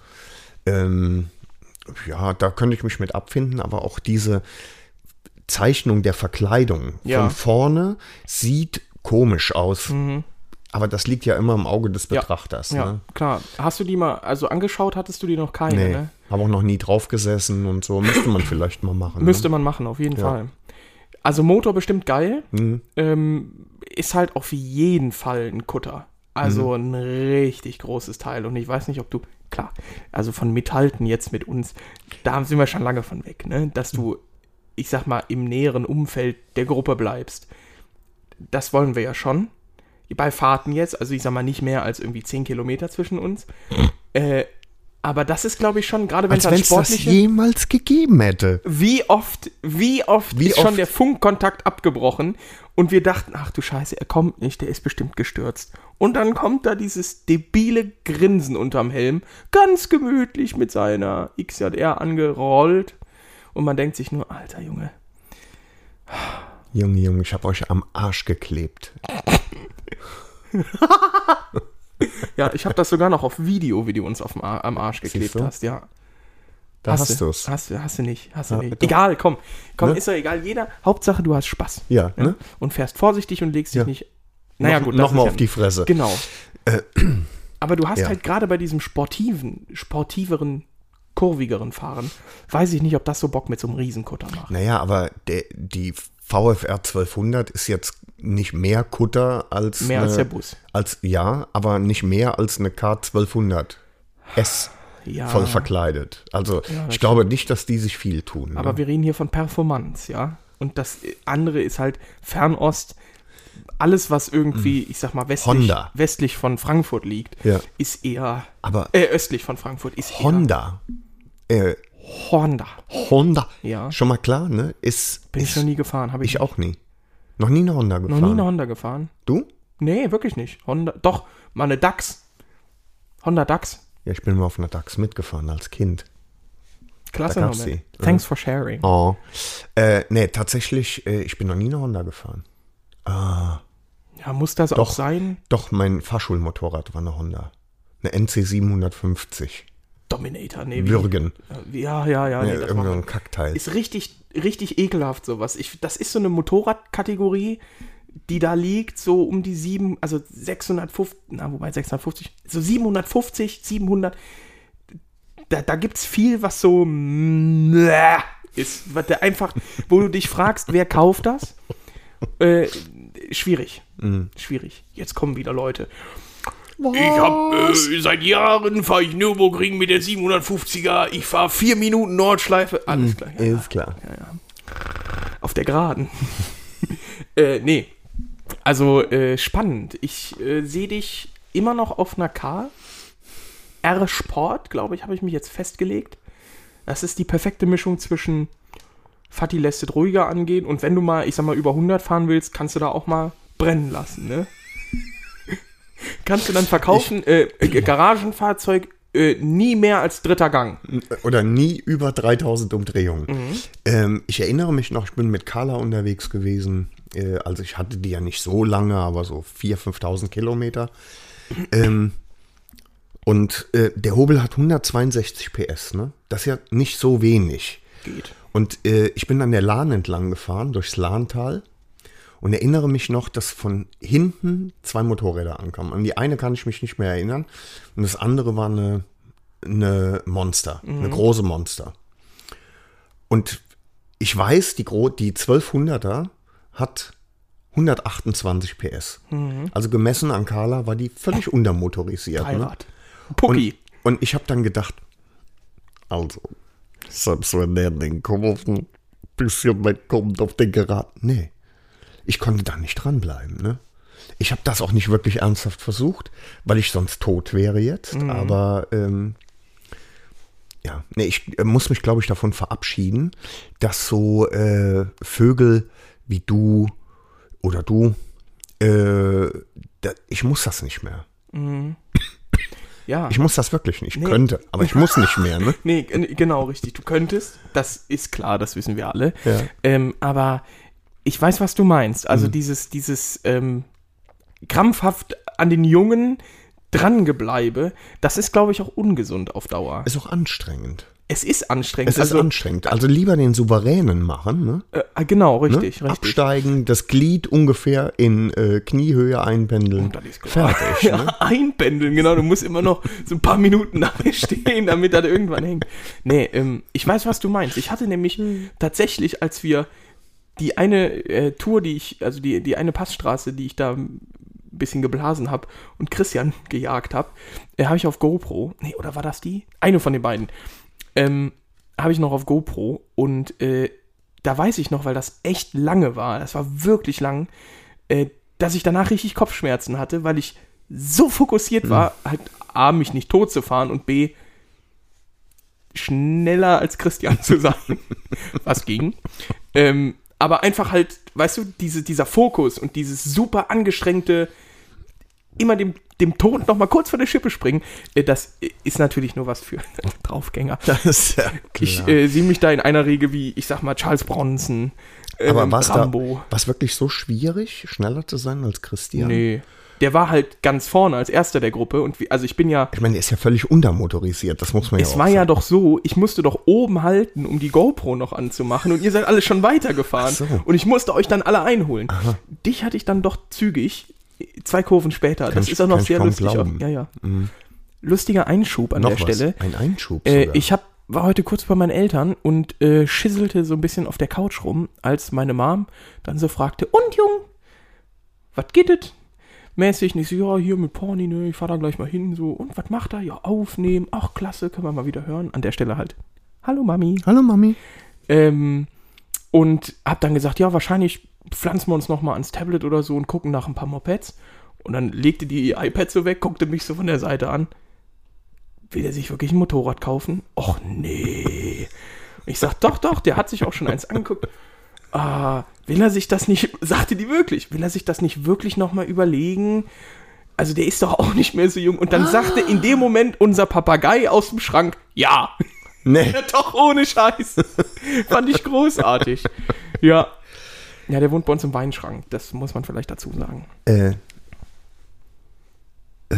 S3: Ähm, ja, da könnte ich mich mit abfinden, aber auch diese Zeichnung der Verkleidung
S2: Ja.
S3: von vorne sieht komisch aus. Aber das liegt ja immer im Auge des
S2: Mhm. Ja.
S3: Betrachters.
S2: Ja,
S3: Ne?
S2: klar. Hast du die mal, also angeschaut hattest du die noch keine,
S3: Nee,
S2: ne?
S3: habe auch noch nie drauf gesessen und so. Müsste man vielleicht mal machen. ne?
S2: Müsste man machen, auf jeden Fall. Also Motor bestimmt geil.
S3: Hm.
S2: Ähm, ist halt auf jeden Fall ein Kutter. Also
S3: Mhm.
S2: ein richtig großes Teil. Und ich weiß nicht, ob du, klar, also von Metallten jetzt mit uns, da sind wir schon lange von weg, ne? Dass du, ich sag mal, im näheren Umfeld der Gruppe bleibst. Das wollen wir ja schon. Bei Fahrten jetzt, also ich sag mal nicht mehr als irgendwie 10 Kilometer zwischen uns. äh, aber das ist, glaube ich, schon, gerade wenn
S3: Ne?
S2: es halt
S3: Als wenn
S2: an
S3: es das
S2: sportliche
S3: jemals gegeben hätte.
S2: wie oft, wie oft
S3: Wie
S2: ist
S3: oft?
S2: schon der Funkkontakt abgebrochen und wir dachten, ach du Scheiße, er kommt nicht, der ist bestimmt gestürzt. Und dann kommt da dieses debile Grinsen unterm Helm, ganz gemütlich mit seiner XJR angerollt und man denkt sich nur, alter Junge,
S3: Junge, Junge, ich habe euch am Arsch geklebt.
S2: ja, ich habe das sogar noch auf Video, wie du uns auf dem Ar am Arsch geklebt
S3: Siehst du?
S2: hast, ja.
S3: Da hast, du's.
S2: Hast du, Ah. hast du nicht, hast du
S3: Ja,
S2: nicht.
S3: doch.
S2: Egal, komm, komm,
S3: Ne?
S2: ist doch egal, jeder, Hauptsache du hast Spaß.
S3: Ja,
S2: ne?
S3: ne?
S2: Und fährst vorsichtig und legst dich
S3: Ja.
S2: nicht, naja
S3: Noch-
S2: gut. das
S3: noch
S2: ist
S3: mal
S2: ja-
S3: auf die Fresse.
S2: Genau. Aber du hast
S3: Äh, ja.
S2: halt gerade bei diesem sportiven, sportiveren, kurvigeren Fahren, weiß ich nicht, ob das so Bock mit so einem Riesenkutter macht.
S3: Naja, aber der, die VFR 1200 ist jetzt nicht mehr Kutter als.
S2: Mehr als
S3: eine-
S2: der Bus.
S3: Als, ja, aber nicht mehr als eine K1200 S
S2: Ja.
S3: voll verkleidet. Also, ich glaube nicht, dass die sich viel tun.
S2: Aber
S3: ne?
S2: wir reden hier von Performance, ja. Und das andere ist halt Fernost. Alles, was irgendwie, ich sag mal, westlich,
S3: Hm. Honda.
S2: westlich von Frankfurt liegt,
S3: Ja.
S2: ist eher.
S3: Aber-
S2: äh, östlich von Frankfurt ist
S3: Honda. Äh,
S2: eher. Honda.
S3: Honda.
S2: Ja.
S3: Schon mal klar, ne? Ist.
S2: Bin ich,
S3: ist-
S2: noch nie gefahren. Habe ich,
S3: Ich auch nie. Noch nie eine Honda
S2: noch
S3: gefahren.
S2: nie eine Honda gefahren.
S3: du?
S2: Nee, wirklich nicht. Honda. Doch, mal eine DAX. Honda DAX.
S3: Ja, ich bin mal auf einer DAX mitgefahren als Kind.
S2: Klasse
S3: Da gab's
S2: Moment.
S3: sie.
S2: Thanks for sharing.
S3: Oh. Äh, nee, tatsächlich, äh, ich bin noch nie eine Honda gefahren.
S2: Ja, muss das auch
S3: Doch.
S2: sein?
S3: Doch, mein Fahrschulmotorrad war eine Honda. Eine NC 750.
S2: Dominator, nee. wie-
S3: Würgen.
S2: Ja, ja, ja.
S3: Ja,
S2: Nee, das
S3: irgend so
S2: machen
S3: ein Kackteil.
S2: ist richtig, richtig ekelhaft sowas. Ich, das ist so eine Motorradkategorie, die da liegt, so um die 7, also 650, na, wobei 650, so 750, 700. Da, da gibt's viel, was so mm, äh, ist, was der einfach, wo du dich fragst, wer kauft das? Äh, schwierig. Schwierig. Jetzt kommen wieder Leute. Ich habe äh, seit Jahren fahre ich Nürburgring mit der 750er. Ich fahre vier Minuten Nordschleife. Alles klar. Ja,
S3: Ist klar.
S2: auf der Geraden. äh, nee. Also äh, spannend. Ich äh, sehe dich immer noch auf einer K. R Sport, glaube ich, habe ich mich jetzt festgelegt. Das ist die perfekte Mischung zwischen Fatty lässt es ruhiger angehen und wenn du mal, ich sag mal, über 100 fahren willst, kannst du da auch mal brennen lassen, ne? kannst du dann verkaufen, äh, äh, Garagenfahrzeug äh, nie mehr als dritter Gang.
S3: Oder nie über 3000 Umdrehungen.
S2: Mhm.
S3: Ähm, ich erinnere mich noch, ich bin mit Carla unterwegs gewesen. Äh, also ich hatte die ja nicht so lange, aber so 4.000, 5.000 Kilometer. Ähm, und äh, der Hobel hat 162 PS. Ne? Das ist ja nicht so wenig.
S2: Geht.
S3: Und äh, ich bin an der Lahn entlang gefahren, durchs Lahntal. Und erinnere mich noch, dass von hinten zwei Motorräder ankamen. An die eine kann ich mich nicht mehr erinnern. Und das andere war eine, eine Monster, eine große Monster. Und ich weiß, die, Gro die 1200er hat 128 PS. Also gemessen an Carla war die völlig untermotorisiert. Ne?
S2: Heirat. Pucki.
S3: Und, und ich habe dann gedacht, also, selbst wenn der den Kurven ein bisschen wegkommt auf den Geraden. Nee, ich konnte da nicht dranbleiben, ne? Ich habe das auch nicht wirklich ernsthaft versucht, weil ich sonst tot wäre jetzt. Aber ähm, ja, nee, ich äh, muss mich, glaube ich, davon verabschieden, dass so äh, Vögel wie du oder du, äh, da, ich muss das nicht mehr.
S2: ja.
S3: Ich muss das wirklich nicht. Könnte, aber ich muss nicht mehr, ne?
S2: Nee, g- genau, richtig. Du könntest, das ist klar, das wissen wir alle.
S3: Ja. Mhm.
S2: Ähm, aber ich weiß, was du meinst. Also dieses, dieses ähm, krampfhaft an den Jungen drangebleibe, das ist, glaube ich, auch ungesund auf Dauer.
S3: Ist auch anstrengend.
S2: es ist
S3: Es
S2: anstrengend.
S3: ist anstrengend. Also lieber den Souveränen machen, ne?
S2: äh, genau, richtig,
S3: ne?
S2: richtig.
S3: Absteigen, das Glied ungefähr in äh, Kniehöhe einpendeln.
S2: dann ist gut.
S3: Fertig. Ne?
S2: Ja, einpendeln, genau. Du musst immer noch so ein paar Minuten dabei stehen, damit das irgendwann hängt. Nee, ähm, ich weiß, was du meinst. Ich hatte nämlich tatsächlich, als wir die eine äh, Tour, die ich, also die, die eine Passstraße, die ich da ein bisschen geblasen habe und Christian gejagt habe, äh, habe ich auf GoPro, nee, oder war das die? Eine von den beiden. Ähm, habe ich noch auf GoPro und äh, da weiß ich noch, weil das echt lange war, das war wirklich lang, äh, dass ich danach richtig Kopfschmerzen hatte, weil ich so
S3: Hm.
S2: fokussiert war, halt A, mich nicht tot zu fahren und B, schneller als Christian zu sein, was ging. Ähm, aber einfach halt, weißt du, diese, dieser Fokus und dieses super angestrengte, immer dem, dem Tod nochmal kurz vor der Schippe springen, äh, das äh, ist natürlich nur was für Draufgänger.
S3: Das ist ja
S2: Ich äh, sehe mich da in einer Regel wie, ich sag mal, Charles Bronson, ähm,
S3: Aber was da,
S2: Rambo.
S3: was wirklich so schwierig, schneller zu sein als Christian?
S2: Nee. Der war halt ganz vorne als erster der Gruppe und wie, also ich bin ja,
S3: Ich meine, der ist ja völlig untermotorisiert, das muss man ja
S2: es
S3: auch
S2: war
S3: sagen.
S2: ja doch so, ich musste doch oben halten, um die GoPro noch anzumachen und ihr seid alle schon weitergefahren
S3: Ach so.
S2: und ich musste euch dann alle einholen. Dich hatte ich dann doch zügig, zwei Kurven später, das
S3: ich-
S2: ist auch noch
S3: kann ich
S2: sehr
S3: kaum
S2: lustig.
S3: glauben. Mhm.
S2: Ja, ja. Lustiger Einschub an der
S3: noch was.
S2: Stelle.
S3: Ein Einschub
S2: Äh,
S3: sogar.
S2: ich hab, war heute kurz bei meinen Eltern und äh, schisselte so ein bisschen auf der Couch rum, als meine Mom dann so fragte, und Jung, was geht it? Mäßig, nicht so, ja, hier mit Porni, ne, ich fahr da gleich mal hin, so, und was macht er? Ja, aufnehmen, ach, klasse, können wir mal wieder hören. An der Stelle halt, hallo Mami.
S3: Hallo Mami.
S2: Ähm, und hab dann gesagt, ja, wahrscheinlich pflanzen wir uns nochmal ans Tablet oder so und gucken nach ein paar Mopeds. Und dann legte die ihr iPad so weg, guckte mich so von der Seite an. Will der sich wirklich ein Motorrad kaufen? Och nee. Ich sag, doch, doch, der hat sich auch schon eins angeguckt. Ah, will er sich das nicht, sagte die wirklich, will er sich das nicht wirklich nochmal überlegen? Also der ist doch auch nicht mehr so jung. Und dann sagte in dem Moment unser Papagei aus dem Schrank, ja.
S3: Nee.
S2: Ja, doch, ohne Scheiß. Fand ich großartig. Ja. Ja, der wohnt bei uns im Weinschrank. Das muss man vielleicht dazu sagen.
S3: Äh,
S2: Äh,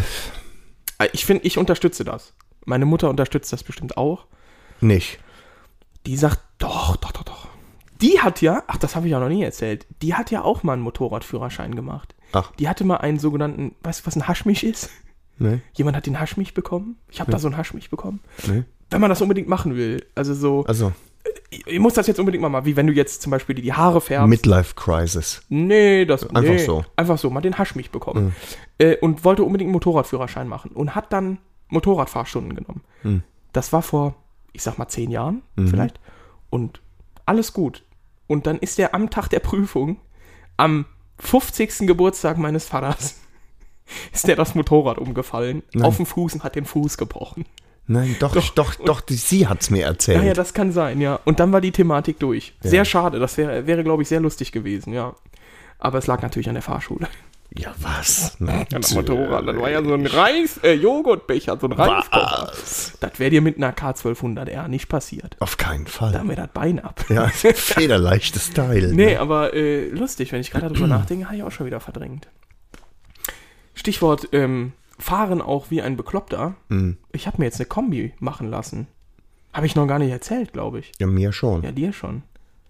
S2: Ich finde, ich unterstütze das. Meine Mutter unterstützt das bestimmt auch.
S3: nicht.
S2: Die sagt, doch, doch, doch, doch. Die hat ja, ach, das habe ich ja noch nie erzählt, die hat ja auch mal einen Motorradführerschein gemacht.
S3: Ach.
S2: Die hatte mal einen sogenannten, weißt du, was ein Haschmich ist?
S3: Nee.
S2: Jemand hat den Haschmich bekommen. Ich habe da so einen Haschmich bekommen.
S3: Nee.
S2: Wenn man das unbedingt machen will. Also so,
S3: Also,
S2: ich, ich muss das jetzt unbedingt mal machen, wie wenn du jetzt zum Beispiel dir die Haare färbst.
S3: Midlife Crisis.
S2: Nee, das
S3: Einfach
S2: nee,
S3: so. Mhm.
S2: Einfach so, mal den Haschmich bekommen. Äh, und wollte unbedingt einen Motorradführerschein machen und hat dann Motorradfahrstunden genommen.
S3: Mhm.
S2: Das war vor, ich sag mal, zehn Jahren vielleicht. Und alles gut. Und dann ist er am Tag der Prüfung, am 50. Geburtstag meines Vaters, ist er das Motorrad umgefallen, auf den Fuß und hat den Fuß gebrochen.
S3: Nein, doch, doch, doch, die, sie hat's mir erzählt.
S2: Ja, ja, das kann sein, ja. Und dann war die Thematik durch. Sehr schade, das wär, wäre, glaube ich, sehr lustig gewesen, ja. Aber es lag natürlich an der Fahrschule.
S3: Ja, was?
S2: An einem Motorrad. Das oh, war ja so ein Reis, äh, Joghurtbecher, so ein Reiskocher.
S3: Was?
S2: Das wäre dir mit einer K1200R nicht passiert.
S3: Auf keinen
S2: Da
S3: Fall.
S2: haben wir das Bein ab.
S3: Ja, federleichtes Teil.
S2: Nee,
S3: ne?
S2: aber äh, lustig, wenn ich gerade darüber nachdenke, habe ich auch schon wieder verdrängt. Stichwort ähm, Fahren auch wie ein Bekloppter. Ich habe mir jetzt eine Kombi machen lassen. Habe ich noch gar nicht erzählt, glaube ich.
S3: Ja, mir schon.
S2: Ja, dir schon.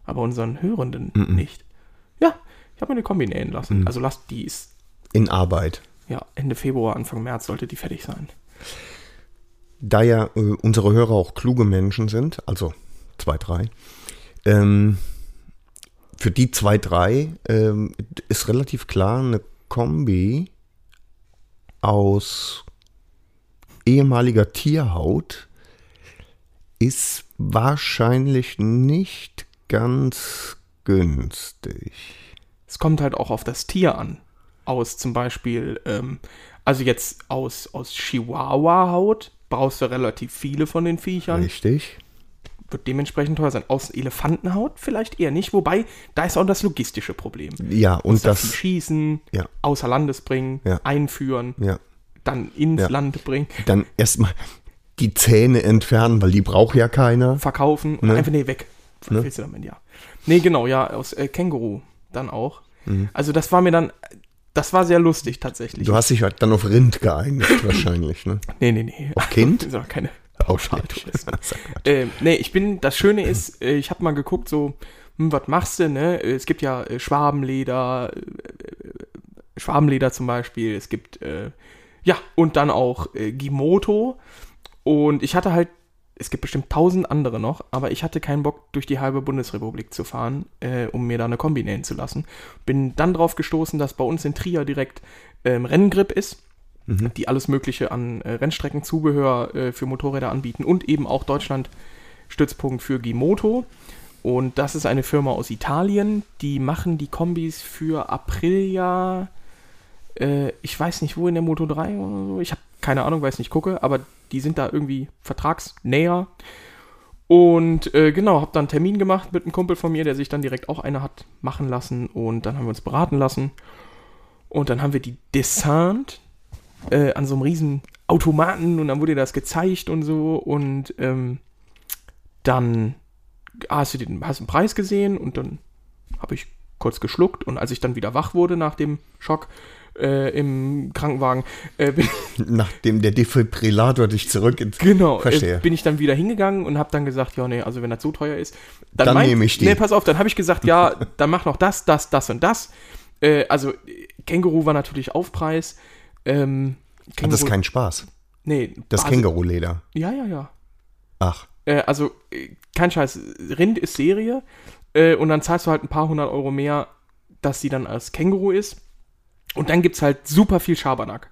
S2: Aber unseren Hörenden nicht. Ja, ich habe mir eine Kombi nähen lassen. Also lasst die ist
S3: In Arbeit.
S2: ja Ende Februar, Anfang März sollte die fertig sein.
S3: Da ja äh, unsere Hörer auch kluge Menschen sind, also zwei, drei, ähm, für die zwei, drei ähm, ist relativ klar eine Kombi aus ehemaliger Tierhaut ist wahrscheinlich nicht ganz günstig.
S2: Es kommt halt auch auf das Tier an. Aus zum Beispiel, ähm, also jetzt aus, aus Chihuahua-Haut brauchst du relativ viele von den Viechern.
S3: Richtig?
S2: Wird dementsprechend teuer sein. Aus Elefantenhaut vielleicht eher nicht. Wobei, da ist auch das logistische Problem.
S3: Ja, und
S2: Viel
S3: das,
S2: Schießen,
S3: Ja.
S2: außer Landes bringen,
S3: Ja.
S2: einführen,
S3: ja,
S2: dann ins
S3: Ja.
S2: Land bringen,
S3: dann erstmal die Zähne entfernen, weil die braucht ja keiner.
S2: verkaufen und
S3: Ne?
S2: einfach, nee, weg. Was
S3: Ne?
S2: willst du damit, ja. Nee, genau, ja, aus äh, Känguru dann auch.
S3: Mhm.
S2: Also das war mir dann, das war sehr lustig tatsächlich.
S3: Du hast dich halt dann auf Rind geeinigt wahrscheinlich, ne?
S2: Nee, nee, nee.
S3: Auf Kind?
S2: Ist auch keine
S3: Auch schade.
S2: Ähm, nee, ich bin, das Schöne ist, äh, ich habe mal geguckt, so, hm, was machst du, ne? Es gibt ja äh, Schwabenleder, äh, äh, Schwabenleder zum Beispiel, es gibt, äh, ja, und dann auch äh, Gimoto. Und ich hatte halt, es gibt bestimmt tausend andere noch, aber ich hatte keinen Bock, durch die halbe Bundesrepublik zu fahren, äh, um mir da eine Kombi nähen zu lassen. Bin dann drauf gestoßen, dass bei uns in Trier direkt ähm, Renngrip ist die alles Mögliche an äh, Rennstreckenzubehör äh, für Motorräder anbieten und eben auch Deutschland Stützpunkt für Gimoto. Und das ist eine Firma aus Italien, die machen die Kombis für Aprilia, äh, ich weiß nicht wo in der Moto 3 oder so, ich habe keine Ahnung, weiß nicht, gucke, aber die sind da irgendwie vertragsnäher. Und äh, genau, habe dann einen Termin gemacht mit einem Kumpel von mir, der sich dann direkt auch eine hat machen lassen und dann haben wir uns beraten lassen. Und dann haben wir die Descent, äh, an so einem riesen Automaten und dann wurde dir das gezeigt und so und ähm, dann hast du den, hast den Preis gesehen und dann habe ich kurz geschluckt und als ich dann wieder wach wurde nach dem Schock äh, im Krankenwagen, äh, bin,
S3: Nachdem der Defibrillator dich zurück ins
S2: genau, äh,
S3: Verstehe.
S2: bin ich dann wieder hingegangen und habe dann gesagt, ja nee, also wenn das so teuer ist, dann,
S3: Dann
S2: meint-
S3: nehme ich die.
S2: Nee, pass auf, dann habe ich gesagt, ja, dann mach noch das, das, das und das. Äh, also äh, Känguru war natürlich Aufpreis. Ähm,
S3: Hat Also das
S2: Känguru-
S3: keinen Spaß.
S2: Nee,
S3: Das
S2: Basis-
S3: Känguruleder.
S2: Ja, ja, ja.
S3: Ach,
S2: Äh, also, äh, kein Scheiß. Rind ist Serie. Äh, und dann zahlst du halt ein paar hundert Euro mehr, dass sie dann als Känguru ist. Und dann gibt's halt super viel Schabernack.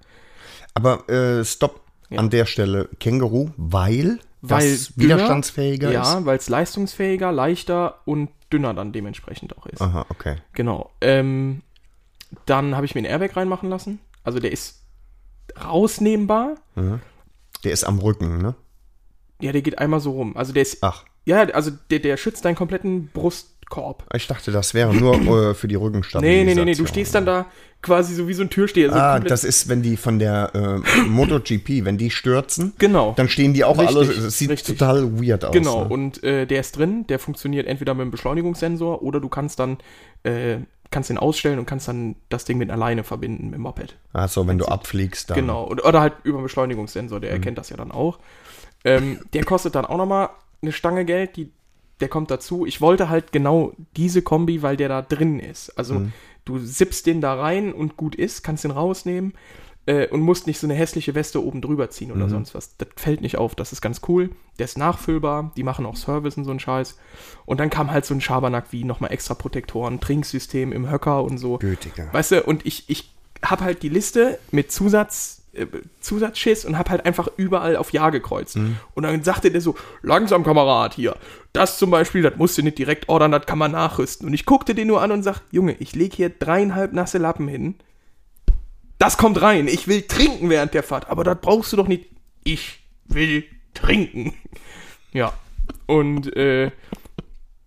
S3: aber äh, stopp an der Stelle. Känguru, weil,
S2: Weil
S3: das widerstandsfähiger
S2: dünner,
S3: ist.
S2: Ja, weil es leistungsfähiger, leichter und dünner dann dementsprechend auch ist.
S3: Aha, okay.
S2: Genau. Ähm, dann habe ich mir einen Airbag reinmachen lassen. Also der ist rausnehmbar.
S3: Der ist am Rücken, ne?
S2: Ja, der geht einmal so rum. Also der ist.
S3: Ach,
S2: Ja, also der, der schützt deinen kompletten Brustkorb.
S3: ich dachte, das wäre nur äh, für die
S2: Nee,
S3: Rückenstabilisation.
S2: nee, nee, nee, du stehst dann da quasi so wie so ein Türsteher. So
S3: Ah,
S2: komplett-
S3: das ist, wenn die von der äh, MotoGP, wenn die stürzen,
S2: Genau.
S3: dann stehen die auch
S2: Richtig,
S3: alle. Es sieht
S2: richtig.
S3: total weird aus.
S2: genau,
S3: Ne?
S2: und äh, der ist drin, der funktioniert entweder mit dem Beschleunigungssensor oder du kannst dann äh, kannst den ausstellen und kannst dann das Ding mit alleine verbinden mit dem Moped.
S3: Achso, Also, wenn du abfliegst, dann.
S2: Genau, und, oder halt über den Beschleunigungssensor, der erkennt das ja dann auch. Ähm, der kostet dann auch nochmal eine Stange Geld, die, der kommt dazu. Ich wollte halt genau diese Kombi, weil der da drin ist. Also du sippst den da rein und gut ist, kannst den rausnehmen äh, und musst nicht so eine hässliche Weste oben drüber ziehen oder sonst was. Das fällt nicht auf, das ist ganz cool. Der ist nachfüllbar, die machen auch Service und so einen Scheiß. Und dann kam halt so ein Schabernack wie nochmal extra Protektoren, Trinksystem im Höcker und so.
S3: Gütiger.
S2: Weißt du, und ich, ich habe halt die Liste mit Zusatz, äh, Zusatzschiss und habe halt einfach überall auf Ja gekreuzt. Und dann sagte der so, langsam Kamerad hier, das zum Beispiel, das musst du nicht direkt ordern, das kann man nachrüsten. Und ich guckte den nur an und sag, Junge, ich leg hier dreieinhalb nasse Lappen hin. Das kommt rein, ich will trinken während der Fahrt, aber das brauchst du doch nicht. Ich will trinken. Ja. Und äh,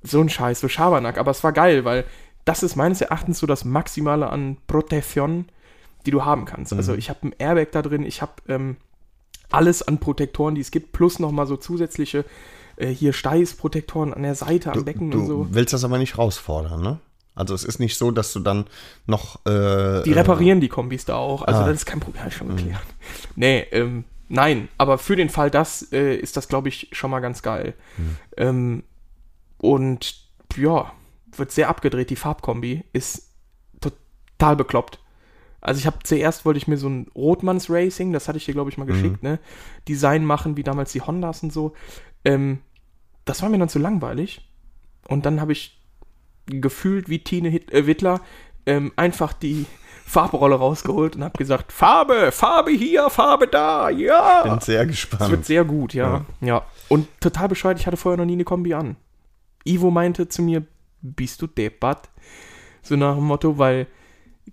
S2: so ein Scheiß, so Schabernack. Aber es war geil, weil das ist meines Erachtens so das Maximale an Protektion, die du haben kannst. Also
S3: Mhm.
S2: ich habe ein Airbag da drin, ich habe ähm, alles an Protektoren, die es gibt, plus nochmal so zusätzliche äh, hier Steißprotektoren an der Seite, am Becken
S3: Du
S2: und so.
S3: willst das aber nicht herausfordern, ne? Also es ist nicht so, dass du dann noch. Äh,
S2: Die reparieren die Kombis da auch. Also
S3: Ah.
S2: das ist kein Problem, hab ich schon geklärt. Nee, ähm, nein, aber für den Fall das äh, ist das, glaube ich, schon mal ganz geil.
S3: Mhm.
S2: Ähm, und ja, wird sehr abgedreht. Die Farbkombi ist total bekloppt. Also ich habe zuerst wollte ich mir so ein Rotmanns Racing, das hatte ich dir glaube ich mal geschickt, ne? Design machen, wie damals die Hondas und so. Ähm, das war mir dann zu langweilig. Und dann habe ich gefühlt wie Tine Hit äh, Wittler ähm, einfach die Farbrolle rausgeholt und habe gesagt, Farbe, Farbe hier, Farbe da, ja.
S3: äh, Bin sehr
S2: Es wird
S3: gespannt.
S2: sehr gut, ja. ja. Und total bescheuert, ich hatte vorher noch nie eine Kombi an. Ivo meinte zu mir, bist du deppert? So nach dem Motto, weil,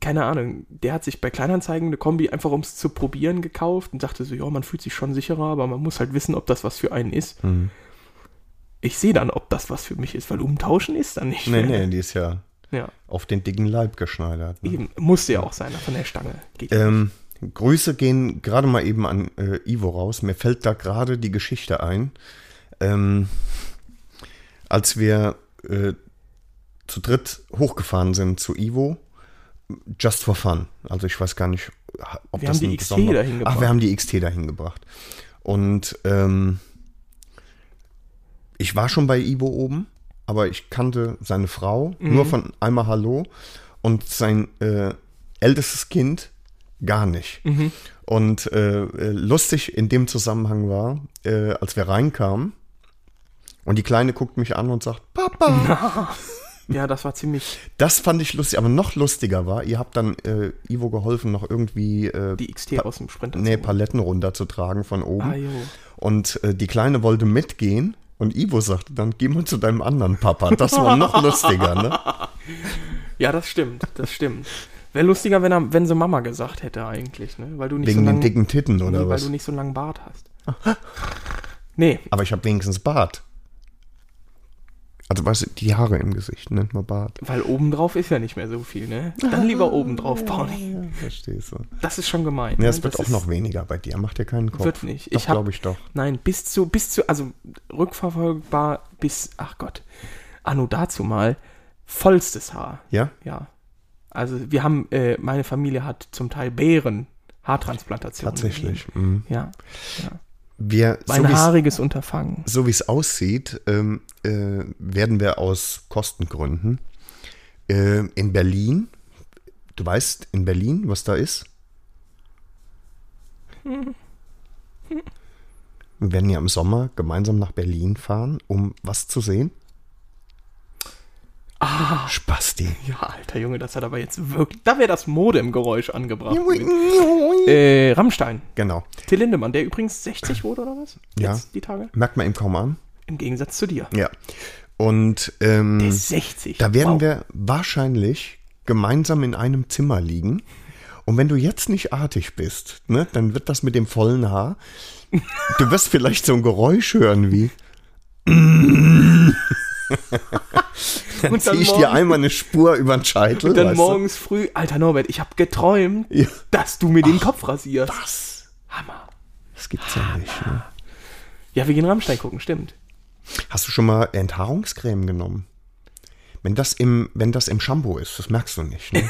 S2: keine Ahnung, der hat sich bei Kleinanzeigen eine Kombi einfach, um es zu probieren, gekauft und dachte so, ja, man fühlt sich schon sicherer, aber man muss halt wissen, ob das was für einen ist.
S3: Hm.
S2: Ich sehe dann, ob das was für mich ist, weil umtauschen ist dann nicht.
S3: Nee,
S2: mehr.
S3: nee, die ist ja
S2: Ja,
S3: auf den dicken Leib geschneidert. Ne?
S2: eben. Musste ja auch sein, von der Stange. Geht ja.
S3: Ähm, Grüße gehen gerade mal eben an äh, Ivo raus. Mir fällt da gerade die Geschichte ein. Ähm, als wir äh, zu dritt hochgefahren sind zu Ivo, just for fun. Also ich weiß gar nicht, ob
S2: Wir
S3: das
S2: haben die
S3: ein
S2: XT
S3: besonderer-
S2: dahin
S3: Ach,
S2: gebracht.
S3: wir haben die XT dahin gebracht. Und ähm, Ich war schon bei Ibo oben, aber ich kannte seine Frau
S2: Mhm.
S3: nur von einmal Hallo und sein äh, ältestes Kind gar nicht.
S2: Mhm.
S3: Und äh, äh, lustig in dem Zusammenhang war, äh, als wir reinkamen und die Kleine guckt mich an und sagt, Papa.
S2: Ja, das war ziemlich
S3: Das fand ich lustig, aber noch lustiger war, ihr habt dann äh, Ivo geholfen, noch irgendwie äh,
S2: die XT aus dem Sprinter.
S3: nee,
S2: zu holen.
S3: Paletten runterzutragen von oben.
S2: Ah, jo.
S3: und äh, die Kleine wollte mitgehen und Ivo sagte dann, geh mal zu deinem anderen Papa. Das war noch lustiger, ne?
S2: ja, das stimmt, das stimmt. Wäre lustiger, wenn, er, wenn sie Mama gesagt hätte eigentlich, ne? Weil du nicht
S3: Wegen
S2: so
S3: den
S2: lang,
S3: dicken Titten
S2: nee,
S3: oder
S2: weil
S3: was.
S2: du nicht so einen langen Bart hast. nee,
S3: Aber ich habe wenigstens Bart. Also weißt du, die Haare im Gesicht nennt man Bart.
S2: weil obendrauf ist ja nicht mehr so viel, ne? Dann lieber obendrauf, Pauli.
S3: Ja, verstehst du.
S2: Das ist schon gemein. ne?
S3: Ja, es wird
S2: Oh, das
S3: auch
S2: ist-
S3: noch weniger bei dir. Mach dir keinen Kopf.
S2: Wird nicht.
S3: Doch,
S2: Ich hab-
S3: glaube ich doch.
S2: Nein, bis zu, bis zu, also rückverfolgbar bis, ach Gott, anno dazu mal, vollstes Haar.
S3: Ja?
S2: Ja. Also wir haben, äh, meine Familie hat zum Teil Bären, Haartransplantationen.
S3: Tatsächlich.
S2: gegeben.
S3: Mhm.
S2: Ja.
S3: Wir,
S2: Ein
S3: so wie's-
S2: haariges Unterfangen.
S3: so wie es aussieht, ähm, äh, werden wir aus Kostengründen äh, in Berlin, du weißt in Berlin, was da ist? Wir werden ja im Sommer gemeinsam nach Berlin fahren, um was zu sehen? Ah. Spasti.
S2: Ja, alter Junge, das hat aber jetzt wirklich, da wäre das Modem-Geräusch angebracht. gewesen. äh, Rammstein.
S3: Genau.
S2: Till Lindemann, der übrigens 60 wurde oder was?
S3: Ja.
S2: Jetzt, die Tage.
S3: Merkt man ihm kaum an.
S2: Im Gegensatz zu dir.
S3: Ja. Und ähm,
S2: Der ist 60.
S3: Da werden
S2: Wow.
S3: wir wahrscheinlich gemeinsam in einem Zimmer liegen. Und wenn du jetzt nicht artig bist, ne, dann wird das mit dem vollen Haar. Du wirst vielleicht so ein Geräusch hören wie. dann
S2: Und dann
S3: ziehe ich dir
S2: morgen-
S3: einmal eine Spur über den Scheitel.
S2: Dann
S3: weißt du?
S2: morgens früh, alter Norbert, ich habe geträumt,
S3: Ja.
S2: dass du mir den Kopf rasierst.
S3: Das,
S2: Hammer.
S3: das gibt's ja nicht. Ne?
S2: Ja, wir gehen Rammstein gucken, stimmt.
S3: Hast du schon mal Enthaarungscreme genommen? Wenn das im, wenn das im Shampoo ist, das merkst du nicht. Ne?